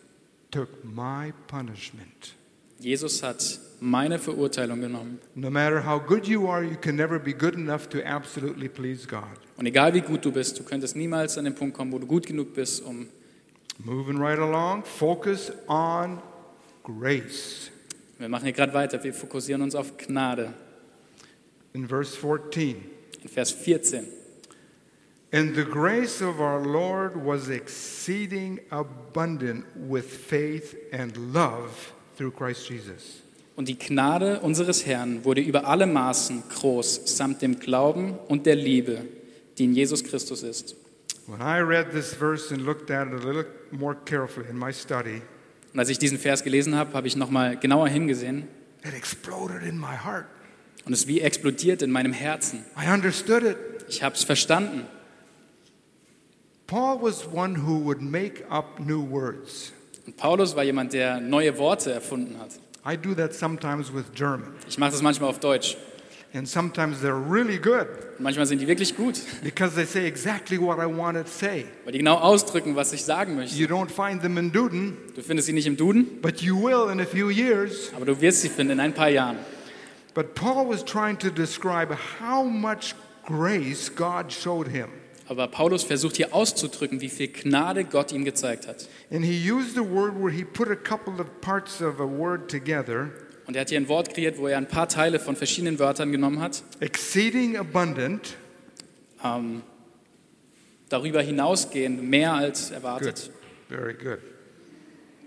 [SPEAKER 2] took my punishment.
[SPEAKER 1] Jesus hat meine Verurteilung genommen.
[SPEAKER 2] No matter how good you are, you can never be good enough to absolutely please God.
[SPEAKER 1] Und egal wie gut du bist, du könntest niemals an den Punkt kommen, wo du gut genug bist, um
[SPEAKER 2] Moving right along, focus on grace.
[SPEAKER 1] wir machen hier gerade weiter, wir fokussieren uns auf Gnade.
[SPEAKER 2] In verse 14,
[SPEAKER 1] In Vers 14.
[SPEAKER 2] And the grace of our Lord was exceeding abundant with faith and love through Christ Jesus.
[SPEAKER 1] Und die Gnade unseres Herrn wurde über alle Maßen groß, samt dem Glauben und der Liebe, die in Jesus Christus ist.
[SPEAKER 2] When I read this verse and looked at it a little more carefully in my study,
[SPEAKER 1] Und als ich diesen Vers gelesen habe, habe ich nochmal genauer hingesehen
[SPEAKER 2] it exploded in my heart.
[SPEAKER 1] und es wie explodiert in meinem Herzen.
[SPEAKER 2] I understood it.
[SPEAKER 1] Ich habe es verstanden.
[SPEAKER 2] Paul was one who would make up new words.
[SPEAKER 1] Und Paulus war jemand, der neue Worte erfunden hat.
[SPEAKER 2] I do that sometimes with German,
[SPEAKER 1] Ich mache das manchmal auf Deutsch.
[SPEAKER 2] and sometimes they're really good
[SPEAKER 1] Und manchmal sind die wirklich gut,
[SPEAKER 2] because they say exactly what I want to say.
[SPEAKER 1] weil die genau ausdrücken, was ich sagen möchte.
[SPEAKER 2] You don't find them in Duden,
[SPEAKER 1] Du findest sie nicht im Duden,
[SPEAKER 2] but you will in a few years.
[SPEAKER 1] aber du wirst sie finden in ein paar Jahren.
[SPEAKER 2] But Paul was trying to describe how much grace God showed him.
[SPEAKER 1] Aber Paulus versucht hier auszudrücken, wie viel Gnade Gott ihm gezeigt hat.
[SPEAKER 2] And he used a word where he put a couple of parts of a word together
[SPEAKER 1] Und er hat hier ein Wort kreiert, wo er ein paar Teile von verschiedenen Wörtern genommen hat.
[SPEAKER 2] exceeding abundant
[SPEAKER 1] Ähm, darüber hinausgehend, mehr als erwartet,
[SPEAKER 2] Very good.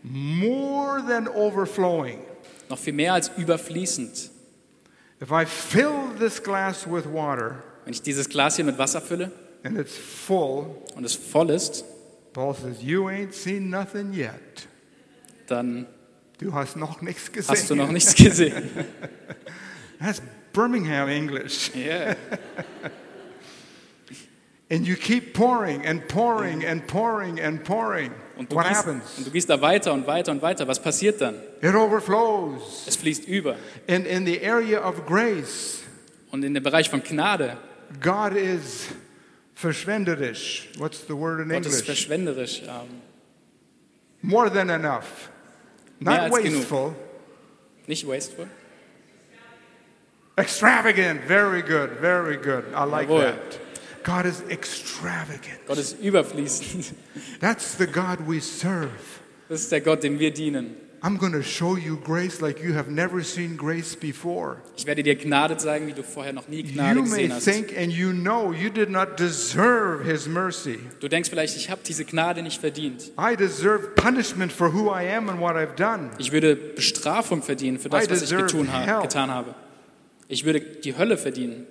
[SPEAKER 2] More than overflowing.
[SPEAKER 1] noch viel mehr als überfließend.
[SPEAKER 2] If I fill this glass with water
[SPEAKER 1] Wenn ich dieses Glas hier mit Wasser fülle
[SPEAKER 2] and it's full,
[SPEAKER 1] und es voll ist,
[SPEAKER 2] Paul says, You ain't seen nothing yet.
[SPEAKER 1] dann
[SPEAKER 2] Du hast noch nichts gesehen.
[SPEAKER 1] hast du noch nichts gesehen.
[SPEAKER 2] That's Birmingham English.
[SPEAKER 1] Yeah.
[SPEAKER 2] And you keep pouring and pouring and pouring and pouring.
[SPEAKER 1] Mm. Und du,
[SPEAKER 2] What
[SPEAKER 1] gehst,
[SPEAKER 2] happens?
[SPEAKER 1] und du gehst da weiter und weiter und weiter. Was passiert dann?
[SPEAKER 2] It overflows.
[SPEAKER 1] Es fließt über.
[SPEAKER 2] And in the area of grace,
[SPEAKER 1] Und in dem Bereich von Gnade,
[SPEAKER 2] God is verschwenderisch. What's the word in
[SPEAKER 1] Gott ist
[SPEAKER 2] English?
[SPEAKER 1] verschwenderisch. Ähm,
[SPEAKER 2] More than enough.
[SPEAKER 1] Mehr
[SPEAKER 2] Not
[SPEAKER 1] als genug.
[SPEAKER 2] wasteful,
[SPEAKER 1] nicht wasteful.
[SPEAKER 2] extravagant. Very good, very good. I like
[SPEAKER 1] Jawohl.
[SPEAKER 2] that. God is extravagant.
[SPEAKER 1] Gott ist überfließend.
[SPEAKER 2] That's the God we serve.
[SPEAKER 1] Das ist der Gott, dem wir dienen.
[SPEAKER 2] I'm going to show you grace like you have never seen grace before.
[SPEAKER 1] Ich werde dir Gnade zeigen, wie du vorher noch nie Gnade
[SPEAKER 2] You may
[SPEAKER 1] gesehen hast.
[SPEAKER 2] think and you know you did not deserve His mercy.
[SPEAKER 1] Du denkst vielleicht, ich habe diese Gnade nicht verdient.
[SPEAKER 2] I deserve punishment for who I am and what I've done.
[SPEAKER 1] Ich würde Bestrafung verdienen für das,
[SPEAKER 2] I
[SPEAKER 1] was ich
[SPEAKER 2] deserve
[SPEAKER 1] getun, ha
[SPEAKER 2] hell.
[SPEAKER 1] getan habe. Ich würde die Hölle verdienen.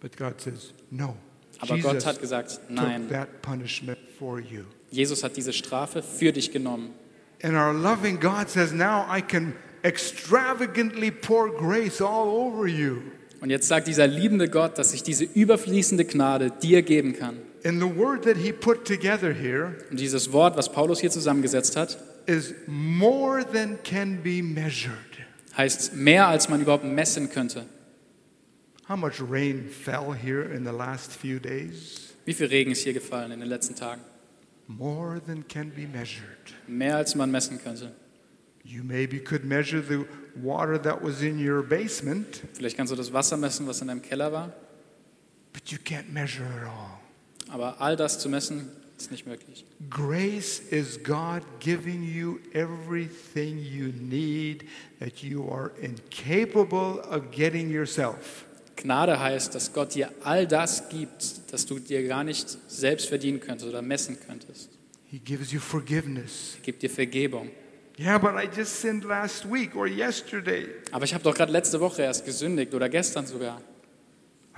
[SPEAKER 2] But God says, no.
[SPEAKER 1] Aber Gott
[SPEAKER 2] Jesus
[SPEAKER 1] hat gesagt,
[SPEAKER 2] took
[SPEAKER 1] nein,
[SPEAKER 2] that punishment for you.
[SPEAKER 1] Jesus hat diese Strafe für dich genommen.
[SPEAKER 2] And our loving God says, now I can extravagantly pour grace all over you.
[SPEAKER 1] Und jetzt sagt dieser liebende Gott, dass ich diese überfließende Gnade dir geben kann.
[SPEAKER 2] And the word that he put together here
[SPEAKER 1] Und dieses Wort, was Paulus hier zusammengesetzt hat,
[SPEAKER 2] is more than can be measured.
[SPEAKER 1] heißt mehr, als man überhaupt messen könnte.
[SPEAKER 2] How much rain fell here in the last few days?
[SPEAKER 1] Wie viel Regen ist hier gefallen in den letzten Tagen?
[SPEAKER 2] More than can be measured.
[SPEAKER 1] Mehr, als man messen könnte.
[SPEAKER 2] You maybe could measure the water that was in your basement,
[SPEAKER 1] Vielleicht kannst du das Wasser messen, was in deinem Keller war,
[SPEAKER 2] but you can't measure it all.
[SPEAKER 1] aber all das zu messen, ist nicht möglich.
[SPEAKER 2] Grace is God giving you everything you need that you are incapable of getting yourself.
[SPEAKER 1] Gnade heißt, dass Gott dir all das gibt, das du dir gar nicht selbst verdienen könntest oder messen könntest.
[SPEAKER 2] He gives you forgiveness.
[SPEAKER 1] Er gibt dir Vergebung.
[SPEAKER 2] Yeah, but I just sinned last week or yesterday.
[SPEAKER 1] Aber ich habe doch gerade letzte Woche erst gesündigt oder gestern sogar.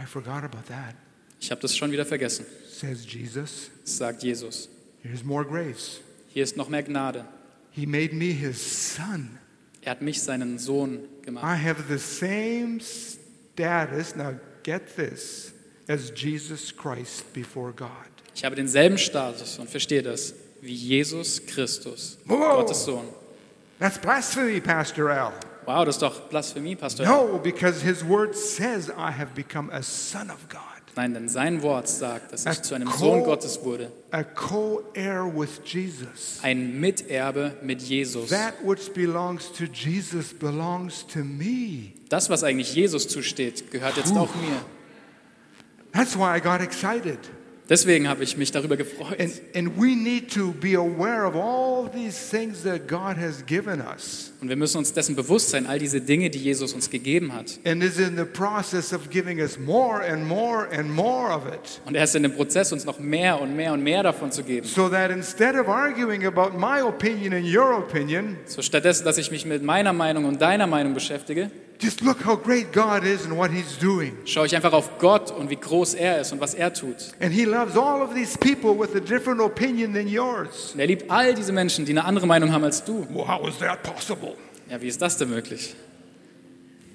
[SPEAKER 2] I forgot about that,
[SPEAKER 1] Ich habe das schon wieder vergessen,
[SPEAKER 2] says Jesus.
[SPEAKER 1] sagt Jesus.
[SPEAKER 2] Here's more grace.
[SPEAKER 1] Hier ist noch mehr Gnade.
[SPEAKER 2] He made me his son.
[SPEAKER 1] Er hat mich seinen Sohn gemacht.
[SPEAKER 2] I have the same status, now get this, as Jesus Christ before God.
[SPEAKER 1] Ich habe denselben Status und verstehe das wie Jesus Christus,
[SPEAKER 2] Wow.
[SPEAKER 1] Gottes Sohn.
[SPEAKER 2] That's blasphemy, Pastor Al.
[SPEAKER 1] Wow, das ist doch Blasphemie, Pastor.
[SPEAKER 2] No, because his word says, I have become a son of God,
[SPEAKER 1] Nein, denn sein Wort sagt, dass ich
[SPEAKER 2] Ein
[SPEAKER 1] zu einem
[SPEAKER 2] Co-
[SPEAKER 1] Sohn Gottes wurde,
[SPEAKER 2] a co heir with Jesus.
[SPEAKER 1] ein Miterbe mit Jesus.
[SPEAKER 2] That which belongs to Jesus belongs to me.
[SPEAKER 1] Das, was eigentlich Jesus zusteht, gehört jetzt
[SPEAKER 2] Puh.
[SPEAKER 1] auch mir.
[SPEAKER 2] That's why I got excited.
[SPEAKER 1] Deswegen habe ich mich darüber gefreut.
[SPEAKER 2] And, and we need to be aware of all these things that God has given us
[SPEAKER 1] Und wir müssen uns dessen bewusst sein, all diese Dinge, die Jesus uns gegeben hat.
[SPEAKER 2] and is in the process of giving us more and more and more of it.
[SPEAKER 1] Und er ist in dem Prozess, uns noch mehr und mehr und mehr davon zu geben.
[SPEAKER 2] So that instead of arguing about my opinion and your opinion,
[SPEAKER 1] So stattdessen, dass ich mich mit meiner Meinung und deiner Meinung beschäftige,
[SPEAKER 2] just look how great God is and what He's doing.
[SPEAKER 1] schaue ich einfach auf Gott und wie groß er ist und was er tut.
[SPEAKER 2] And he loves all of these people with a different opinion than yours.
[SPEAKER 1] Und er liebt all diese Menschen, die eine andere Meinung haben als du.
[SPEAKER 2] Well, how is that possible?
[SPEAKER 1] Ja, wie ist das denn möglich?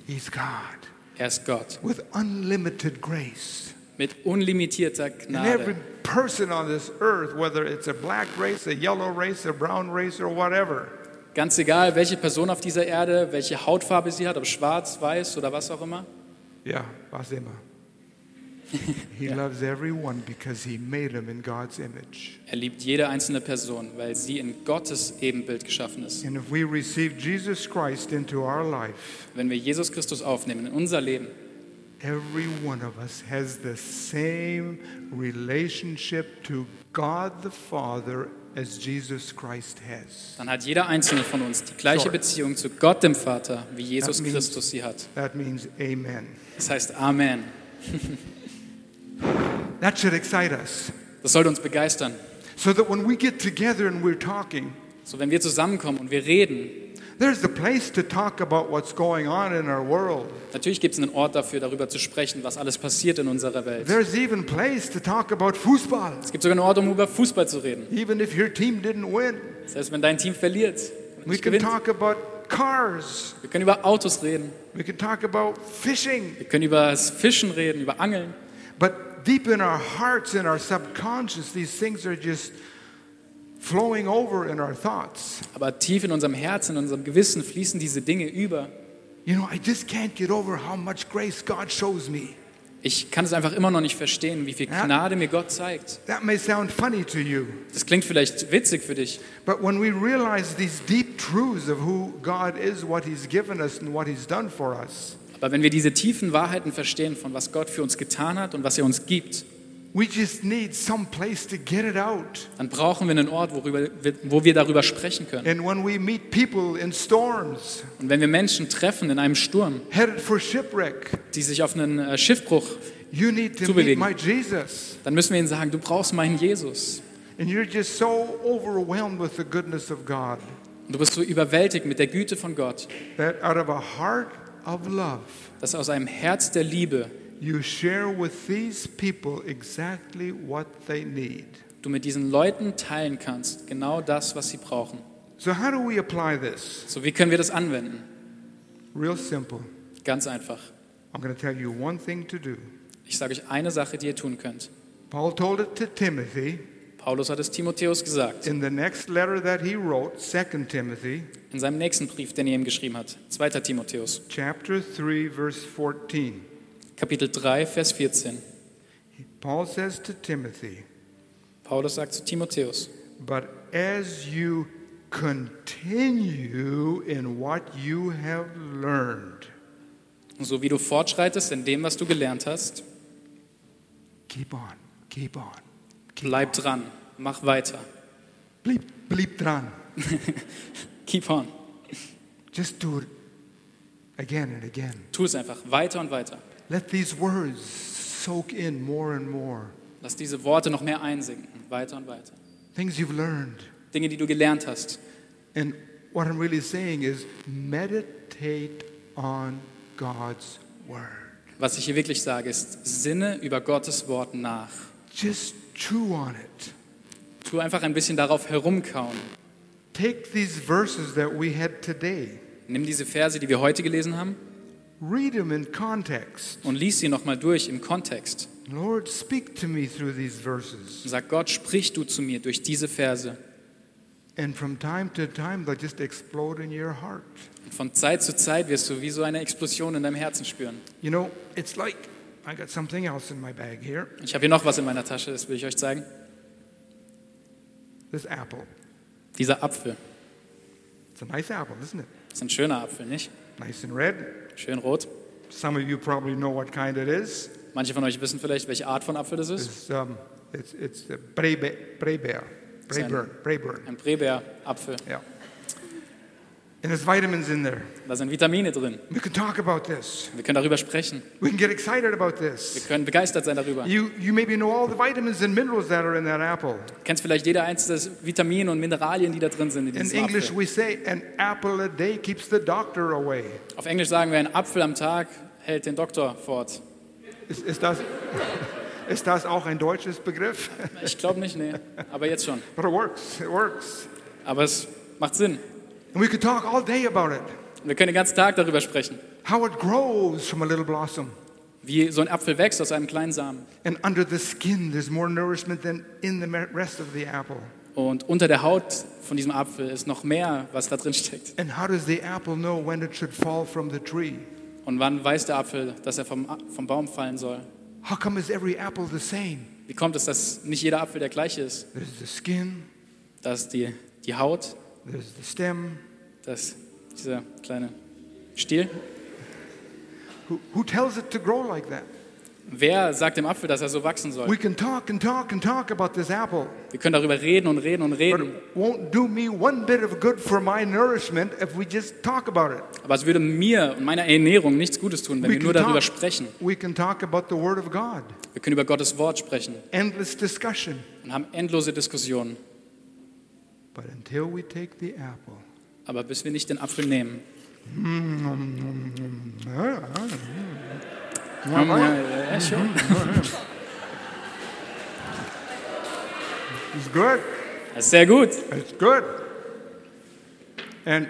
[SPEAKER 2] He's God
[SPEAKER 1] Er ist Gott
[SPEAKER 2] with unlimited grace.
[SPEAKER 1] mit unlimitierter
[SPEAKER 2] And every
[SPEAKER 1] Gnade.
[SPEAKER 2] person on this earth, whether it's a black race, a yellow race, a brown race, or whatever,
[SPEAKER 1] Ganz egal, welche Person auf dieser Erde, welche Hautfarbe sie hat, ob schwarz, weiß oder was auch immer.
[SPEAKER 2] yeah, Basema. He loves everyone because he made him in God's image.
[SPEAKER 1] Er liebt jede einzelne Person, weil sie in Gottes Ebenbild geschaffen ist.
[SPEAKER 2] And if we receive Jesus Christ into our life,
[SPEAKER 1] Wenn wir Jesus Christus aufnehmen in unser Leben,
[SPEAKER 2] every one of us has the same relationship to God the Father as Jesus Christ has.
[SPEAKER 1] dann hat jeder einzelne von uns die gleiche
[SPEAKER 2] Sorry.
[SPEAKER 1] Beziehung zu Gott dem Vater, wie Jesus
[SPEAKER 2] That means-
[SPEAKER 1] Christus sie hat.
[SPEAKER 2] That means amen.
[SPEAKER 1] Das heißt Amen.
[SPEAKER 2] That should excite us.
[SPEAKER 1] Das sollte uns begeistern.
[SPEAKER 2] So that when we get together and we're talking,
[SPEAKER 1] So wenn wir zusammenkommen und wir reden,
[SPEAKER 2] there's a place to talk about what's going on in our world.
[SPEAKER 1] natürlich gibt es einen Ort dafür, darüber zu sprechen, was alles passiert in unserer Welt.
[SPEAKER 2] There's even place to talk about football,
[SPEAKER 1] Es gibt sogar einen Ort, um über Fußball zu reden.
[SPEAKER 2] even if your team didn't win.
[SPEAKER 1] Selbst wenn dein Team verliert, und
[SPEAKER 2] We
[SPEAKER 1] nicht
[SPEAKER 2] can
[SPEAKER 1] gewinnt,
[SPEAKER 2] talk about about cars.
[SPEAKER 1] Wir können über Autos reden.
[SPEAKER 2] We can talk about fishing.
[SPEAKER 1] Wir können über das Fischen reden, über Angeln.
[SPEAKER 2] But deep in our hearts and our subconscious, these things are just flowing over in our thoughts.
[SPEAKER 1] Aber tief in unserem Herzen, in unserem Gewissen fließen diese Dinge über.
[SPEAKER 2] You know, I just can't get over how much grace God shows me.
[SPEAKER 1] Ich kann es einfach immer noch nicht verstehen, wie viel
[SPEAKER 2] Ja.
[SPEAKER 1] Gnade mir Gott zeigt.
[SPEAKER 2] That may sound funny to you,
[SPEAKER 1] Das klingt vielleicht witzig für dich,
[SPEAKER 2] but when we realize these deep truths of who God is, what He's given us, and what He's done for us,
[SPEAKER 1] aber wenn wir diese tiefen Wahrheiten verstehen, von was Gott für uns getan hat und was er uns gibt,
[SPEAKER 2] we just need some place to get it out.
[SPEAKER 1] dann brauchen wir einen Ort, worüber, wir- wo wir darüber sprechen können.
[SPEAKER 2] And when we meet people in storms,
[SPEAKER 1] Und wenn wir Menschen treffen in einem Sturm,
[SPEAKER 2] headed for shipwreck,
[SPEAKER 1] die sich auf einen äh, Schiffbruch,
[SPEAKER 2] you need to
[SPEAKER 1] Zu
[SPEAKER 2] meet
[SPEAKER 1] bewegen.
[SPEAKER 2] my Jesus.
[SPEAKER 1] dann müssen wir ihnen sagen, du brauchst meinen Jesus.
[SPEAKER 2] And you're just so overwhelmed with the goodness of God
[SPEAKER 1] Und du bist so überwältigt mit der Güte von Gott,
[SPEAKER 2] that out of a heart of love,
[SPEAKER 1] dass aus einem Herz der Liebe
[SPEAKER 2] you share with these people exactly what they need.
[SPEAKER 1] du mit diesen Leuten teilen kannst, genau das, was sie brauchen.
[SPEAKER 2] So, how do we apply this?
[SPEAKER 1] So, wie können wir das anwenden?
[SPEAKER 2] Real simple.
[SPEAKER 1] Ganz einfach.
[SPEAKER 2] I'm going to tell you one thing to do.
[SPEAKER 1] Ich sage euch eine Sache, die ihr tun könnt.
[SPEAKER 2] Paul told it to Timothy
[SPEAKER 1] Paulus hat es Timotheus gesagt,
[SPEAKER 2] in the next letter that he wrote, 2 Timothy,
[SPEAKER 1] in seinem nächsten Brief, den er ihm geschrieben hat. 2. Timotheus,
[SPEAKER 2] chapter 3, verse 14.
[SPEAKER 1] Kapitel 3, Vers 14.
[SPEAKER 2] Paul says to Timothy,
[SPEAKER 1] Paulus sagt zu Timotheus,
[SPEAKER 2] But as you continue in what you have learned,
[SPEAKER 1] so wie du fortschreitest in dem, was du gelernt hast,
[SPEAKER 2] keep on, keep on, keep
[SPEAKER 1] bleib
[SPEAKER 2] on.
[SPEAKER 1] dran, mach weiter.
[SPEAKER 2] Bleep, bleep dran.
[SPEAKER 1] Keep on.
[SPEAKER 2] Just do it again and again.
[SPEAKER 1] Tu es einfach weiter und weiter.
[SPEAKER 2] Let these words soak in more and more.
[SPEAKER 1] Lass diese Worte noch mehr einsinken, weiter und weiter.
[SPEAKER 2] Things you've learned.
[SPEAKER 1] Dinge, die du gelernt hast.
[SPEAKER 2] And what I'm really saying is meditate on God's word.
[SPEAKER 1] Was ich hier wirklich sage, ist, sinne über Gottes Wort nach.
[SPEAKER 2] Just chew on it.
[SPEAKER 1] Tu einfach ein bisschen darauf herumkauen.
[SPEAKER 2] Take these verses that we had today,
[SPEAKER 1] Nimm diese Verse, die wir heute gelesen haben,
[SPEAKER 2] read them in context.
[SPEAKER 1] und lies sie nochmal durch im Kontext.
[SPEAKER 2] Lord, speak to me through these verses.
[SPEAKER 1] Und sag, Gott, sprich du zu mir durch diese Verse.
[SPEAKER 2] And from time to time, they'll just explode in your heart.
[SPEAKER 1] Und von Zeit zu Zeit wirst du wie so eine Explosion in deinem Herzen spüren.
[SPEAKER 2] You know, it's like I got something else in my bag here
[SPEAKER 1] Ich habe hier noch was in meiner Tasche, das will ich euch zeigen.
[SPEAKER 2] this apple.
[SPEAKER 1] Dieser Apfel.
[SPEAKER 2] It's a nice apple, isn't it?
[SPEAKER 1] Das ist ein schöner Apfel, nicht?
[SPEAKER 2] Nice and red.
[SPEAKER 1] Schön rot.
[SPEAKER 2] Some of you probably know what kind it is.
[SPEAKER 1] Manche von euch wissen vielleicht, welche Art von Apfel das ist.
[SPEAKER 2] It's, um, it's, it's the Brebe, Breber,
[SPEAKER 1] Sen.
[SPEAKER 2] Breber, Breber,
[SPEAKER 1] Ein Prebeer-Apfel.
[SPEAKER 2] yeah. And there's vitamins in there.
[SPEAKER 1] Da sind Vitamine drin.
[SPEAKER 2] We can talk about this.
[SPEAKER 1] Wir können darüber sprechen.
[SPEAKER 2] We can get excited about
[SPEAKER 1] Wir
[SPEAKER 2] this.
[SPEAKER 1] können begeistert sein darüber. Du
[SPEAKER 2] You, you maybe know all the vitamins and minerals that are in that apple.
[SPEAKER 1] kennst vielleicht jede einzelne Vitamine und Mineralien, die da drin sind in
[SPEAKER 2] In
[SPEAKER 1] diesem
[SPEAKER 2] English,
[SPEAKER 1] Apfel.
[SPEAKER 2] we say an apple a day keeps the doctor away.
[SPEAKER 1] Auf Englisch sagen wir, ein Apfel am Tag hält den Doktor fort.
[SPEAKER 2] Ist, ist, das, ist das auch ein deutsches Begriff?
[SPEAKER 1] Ich glaube nicht, nee. Aber jetzt schon.
[SPEAKER 2] But it works, it works.
[SPEAKER 1] Aber es macht Sinn.
[SPEAKER 2] And we could talk all day about it.
[SPEAKER 1] Wir können den ganzen Tag darüber sprechen,
[SPEAKER 2] How it grows from a little blossom.
[SPEAKER 1] wie so ein Apfel wächst aus einem kleinen Samen.
[SPEAKER 2] And under the skin, there's more nourishment than in the mer- rest of the apple.
[SPEAKER 1] Und unter der Haut von diesem Apfel ist noch mehr, was da drin steckt.
[SPEAKER 2] And how does the apple know when it should fall from the tree?
[SPEAKER 1] Und wann weiß der Apfel, dass er vom, A- vom Baum fallen soll?
[SPEAKER 2] How come is every apple the same?
[SPEAKER 1] Wie kommt es, dass nicht jeder Apfel der gleiche ist?
[SPEAKER 2] There's the skin,
[SPEAKER 1] Dass die, die Haut,
[SPEAKER 2] there's the stem.
[SPEAKER 1] dass dieser kleine Stiel.
[SPEAKER 2] Who, who tells it to grow like that?
[SPEAKER 1] Wer sagt dem Apfel, dass er so wachsen soll?
[SPEAKER 2] We can talk and talk and talk about this apple,
[SPEAKER 1] Wir können darüber reden und reden und
[SPEAKER 2] but
[SPEAKER 1] reden.
[SPEAKER 2] it won't do me one bit of good for my nourishment if we just talk about it.
[SPEAKER 1] Aber es würde mir und meiner Ernährung nichts Gutes tun, wenn
[SPEAKER 2] We
[SPEAKER 1] wir nur
[SPEAKER 2] can
[SPEAKER 1] darüber
[SPEAKER 2] talk-
[SPEAKER 1] sprechen.
[SPEAKER 2] We can talk about the Word of God,
[SPEAKER 1] Wir können über Gottes Wort sprechen
[SPEAKER 2] endless discussion.
[SPEAKER 1] und haben endlose Diskussionen.
[SPEAKER 2] But until we take the apple,
[SPEAKER 1] Aber bis wir nicht den Apfel nehmen. Ja, ja, schon.
[SPEAKER 2] it's good.
[SPEAKER 1] Das ist sehr gut.
[SPEAKER 2] It's good. And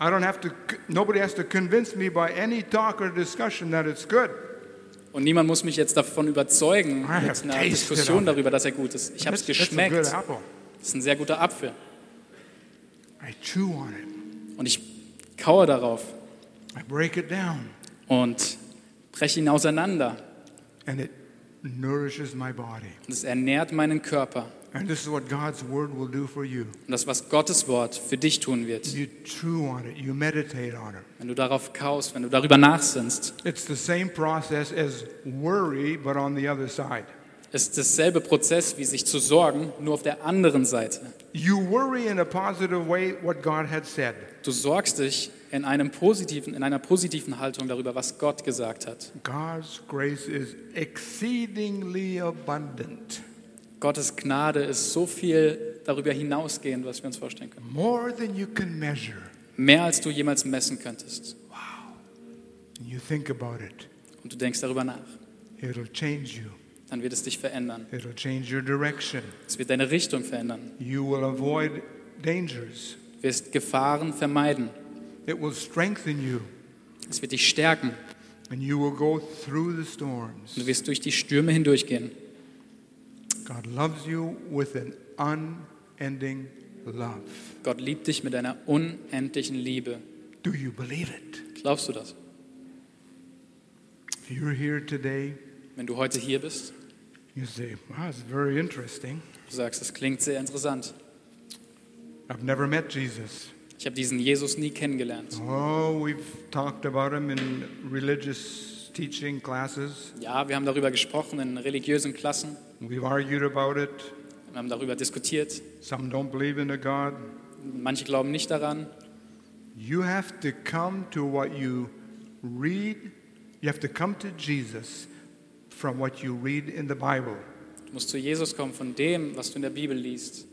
[SPEAKER 2] I don't have to, nobody has to convince me by any talk or discussion that it's good.
[SPEAKER 1] Und niemand muss mich jetzt davon überzeugen,
[SPEAKER 2] I have
[SPEAKER 1] mit einer
[SPEAKER 2] tasted
[SPEAKER 1] Diskussion
[SPEAKER 2] it.
[SPEAKER 1] darüber, dass er gut ist. Ich habe es
[SPEAKER 2] It's- it's a good
[SPEAKER 1] geschmeckt.
[SPEAKER 2] apple.
[SPEAKER 1] Das ist ein sehr guter Apfel.
[SPEAKER 2] I chew on it.
[SPEAKER 1] Und ich kaue darauf
[SPEAKER 2] I break it down.
[SPEAKER 1] und breche ihn auseinander.
[SPEAKER 2] And it nourishes my body.
[SPEAKER 1] Und es ernährt meinen Körper.
[SPEAKER 2] And this is what God's word will do for you.
[SPEAKER 1] Und das, was Gottes Wort für dich tun wird,
[SPEAKER 2] You chew on it. You meditate on it.
[SPEAKER 1] wenn du darauf kaust, wenn du darüber nachsinnst,
[SPEAKER 2] It's the same process as worry, but on the other side.
[SPEAKER 1] ist dasselbe Prozess, wie sich zu sorgen, nur auf der anderen Seite.
[SPEAKER 2] You worry in a positive way what God had said.
[SPEAKER 1] Du sorgst dich in, einem positiven, in einer positiven Haltung darüber, was Gott gesagt hat.
[SPEAKER 2] God's grace is exceedingly abundant,
[SPEAKER 1] Gottes Gnade ist so viel darüber hinausgehend, was wir uns vorstellen können.
[SPEAKER 2] more than you can measure.
[SPEAKER 1] Mehr als du jemals messen könntest.
[SPEAKER 2] You think about it,
[SPEAKER 1] Und du denkst darüber nach.
[SPEAKER 2] it'll change you,
[SPEAKER 1] Dann wird es dich verändern.
[SPEAKER 2] it'll change your direction.
[SPEAKER 1] Es wird deine Richtung verändern.
[SPEAKER 2] You will avoid dangers,
[SPEAKER 1] Du wirst Gefahren vermeiden.
[SPEAKER 2] it will strengthen you,
[SPEAKER 1] Es wird dich stärken.
[SPEAKER 2] and you will go through
[SPEAKER 1] Und
[SPEAKER 2] the
[SPEAKER 1] du
[SPEAKER 2] storms.
[SPEAKER 1] wirst durch die Stürme hindurchgehen.
[SPEAKER 2] God loves you with an unending love.
[SPEAKER 1] Gott liebt dich mit einer unendlichen Liebe.
[SPEAKER 2] Do you believe it?
[SPEAKER 1] Glaubst du das?
[SPEAKER 2] If you're here today,
[SPEAKER 1] Wenn du heute hier bist,
[SPEAKER 2] you say, wow, it's very interesting.
[SPEAKER 1] du sagst, das klingt sehr interessant.
[SPEAKER 2] I've never met Jesus.
[SPEAKER 1] Ich habe diesen Jesus nie kennengelernt.
[SPEAKER 2] Oh, we've talked about him in religious teaching classes.
[SPEAKER 1] Ja, wir haben darüber gesprochen in religiösen Klassen.
[SPEAKER 2] We've argued about it.
[SPEAKER 1] Wir haben darüber diskutiert.
[SPEAKER 2] Some don't believe in a God.
[SPEAKER 1] Manche glauben nicht daran.
[SPEAKER 2] You have to come to what you read. You have to come to Jesus from what you read in the Bible
[SPEAKER 1] Du musst zu Jesus kommen von dem, was du in der Bibel liest.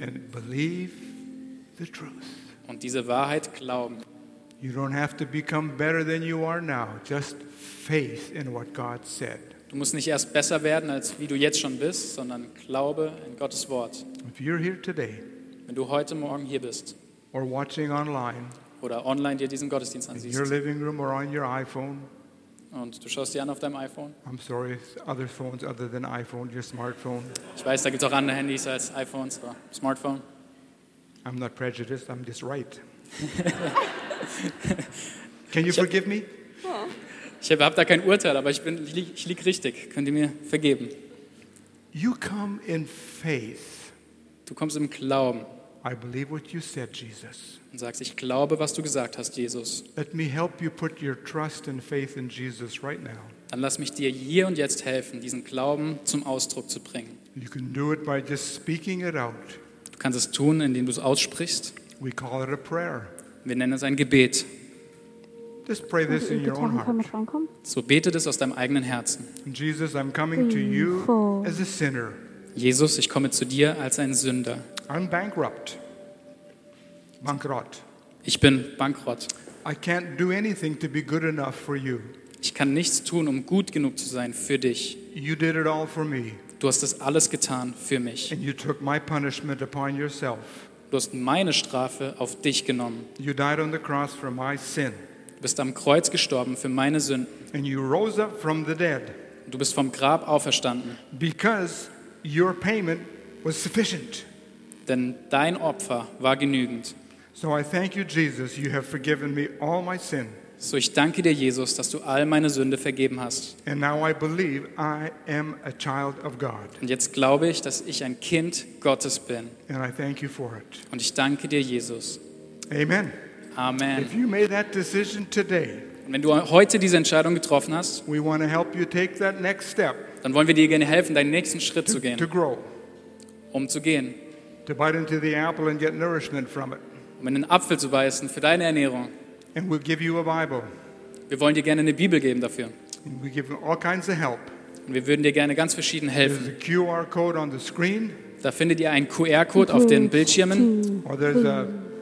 [SPEAKER 2] and believe the truth.
[SPEAKER 1] Und diese Wahrheit glauben.
[SPEAKER 2] You don't have to become better than you are now. Just faith in what God said.
[SPEAKER 1] Du musst nicht erst besser werden, als wie du jetzt schon bist, sondern glaube in Gottes Wort.
[SPEAKER 2] If you're here today
[SPEAKER 1] Wenn du heute Morgen hier bist
[SPEAKER 2] or watching online
[SPEAKER 1] oder online dir diesen Gottesdienst
[SPEAKER 2] in your
[SPEAKER 1] ansiehst
[SPEAKER 2] living room or on your iPhone,
[SPEAKER 1] und du schaust dir an auf deinem iPhone,
[SPEAKER 2] I'm sorry, other phones other than iPhone, your smartphone.
[SPEAKER 1] ich weiß, da gibt es auch andere Handys als iPhones oder Smartphone.
[SPEAKER 2] I'm not prejudiced, I'm just right. Can you
[SPEAKER 1] Sure.
[SPEAKER 2] forgive me?
[SPEAKER 1] Ich habe da kein Urteil, aber ich, bin, ich liege lieg richtig. Könnt ihr mir vergeben?
[SPEAKER 2] You come in faith.
[SPEAKER 1] Du kommst im Glauben
[SPEAKER 2] I believe what you said, Jesus.
[SPEAKER 1] und sagst, ich glaube, was du gesagt hast, Jesus.
[SPEAKER 2] Let me help you put your trust and faith in Jesus right now.
[SPEAKER 1] Dann lass mich dir hier und jetzt helfen, diesen Glauben zum Ausdruck zu bringen.
[SPEAKER 2] You can do it by just speaking it out.
[SPEAKER 1] Du kannst es tun, indem du es aussprichst.
[SPEAKER 2] We call it a prayer.
[SPEAKER 1] Wir nennen es ein Gebet.
[SPEAKER 2] Just pray this in
[SPEAKER 3] Bitte
[SPEAKER 2] your own
[SPEAKER 3] Gitarre
[SPEAKER 2] heart.
[SPEAKER 3] vorne rankommen.
[SPEAKER 1] So betet es aus deinem eigenen Herzen.
[SPEAKER 2] Jesus, I'm coming to you
[SPEAKER 3] Four.
[SPEAKER 2] as a sinner.
[SPEAKER 1] Jesus, ich komme zu dir als ein Sünder.
[SPEAKER 2] I'm bankrupt. Bankrott.
[SPEAKER 1] Ich bin bankrott.
[SPEAKER 2] I can't do anything to be good enough for you.
[SPEAKER 1] Ich kann nichts tun, um gut genug zu sein für dich.
[SPEAKER 2] You did it all for me,
[SPEAKER 1] Du hast das alles getan für mich.
[SPEAKER 2] and you took my punishment upon yourself.
[SPEAKER 1] Du hast meine Strafe auf dich genommen.
[SPEAKER 2] You died on the cross for my sin,
[SPEAKER 1] Du bist am Kreuz gestorben für meine Sünden.
[SPEAKER 2] and you rose up from the dead
[SPEAKER 1] Du bist vom Grab auferstanden.
[SPEAKER 2] because your payment was sufficient.
[SPEAKER 1] Denn dein Opfer war genügend.
[SPEAKER 2] So I thank you, Jesus. You have forgiven me all my sin,
[SPEAKER 1] So ich danke dir, Jesus, dass du all meine Sünde vergeben hast.
[SPEAKER 2] and now I believe I am a child of God,
[SPEAKER 1] Und jetzt glaube ich, dass ich ein Kind Gottes bin.
[SPEAKER 2] and I thank you for it.
[SPEAKER 1] Und ich danke dir, Jesus.
[SPEAKER 2] Amen.
[SPEAKER 1] Amen.
[SPEAKER 2] If you made that decision today,
[SPEAKER 1] Und wenn du heute diese Entscheidung getroffen hast,
[SPEAKER 2] we want to help you take that next step
[SPEAKER 1] dann wollen wir dir gerne helfen, deinen nächsten Schritt zu
[SPEAKER 2] to, to
[SPEAKER 1] gehen,
[SPEAKER 2] grow.
[SPEAKER 1] um zu gehen,
[SPEAKER 2] to bite into the apple and get nourishment from it.
[SPEAKER 1] um in den Apfel zu beißen für deine Ernährung.
[SPEAKER 2] And we'll give you a Bible.
[SPEAKER 1] Wir wollen dir gerne eine Bibel geben dafür.
[SPEAKER 2] And we give you all kinds of help.
[SPEAKER 1] Und wir würden dir gerne ganz verschieden
[SPEAKER 2] There's
[SPEAKER 1] helfen.
[SPEAKER 2] a QR code on the screen,
[SPEAKER 1] Da findet ihr einen QR-Code auf den Bildschirmen
[SPEAKER 2] or there's a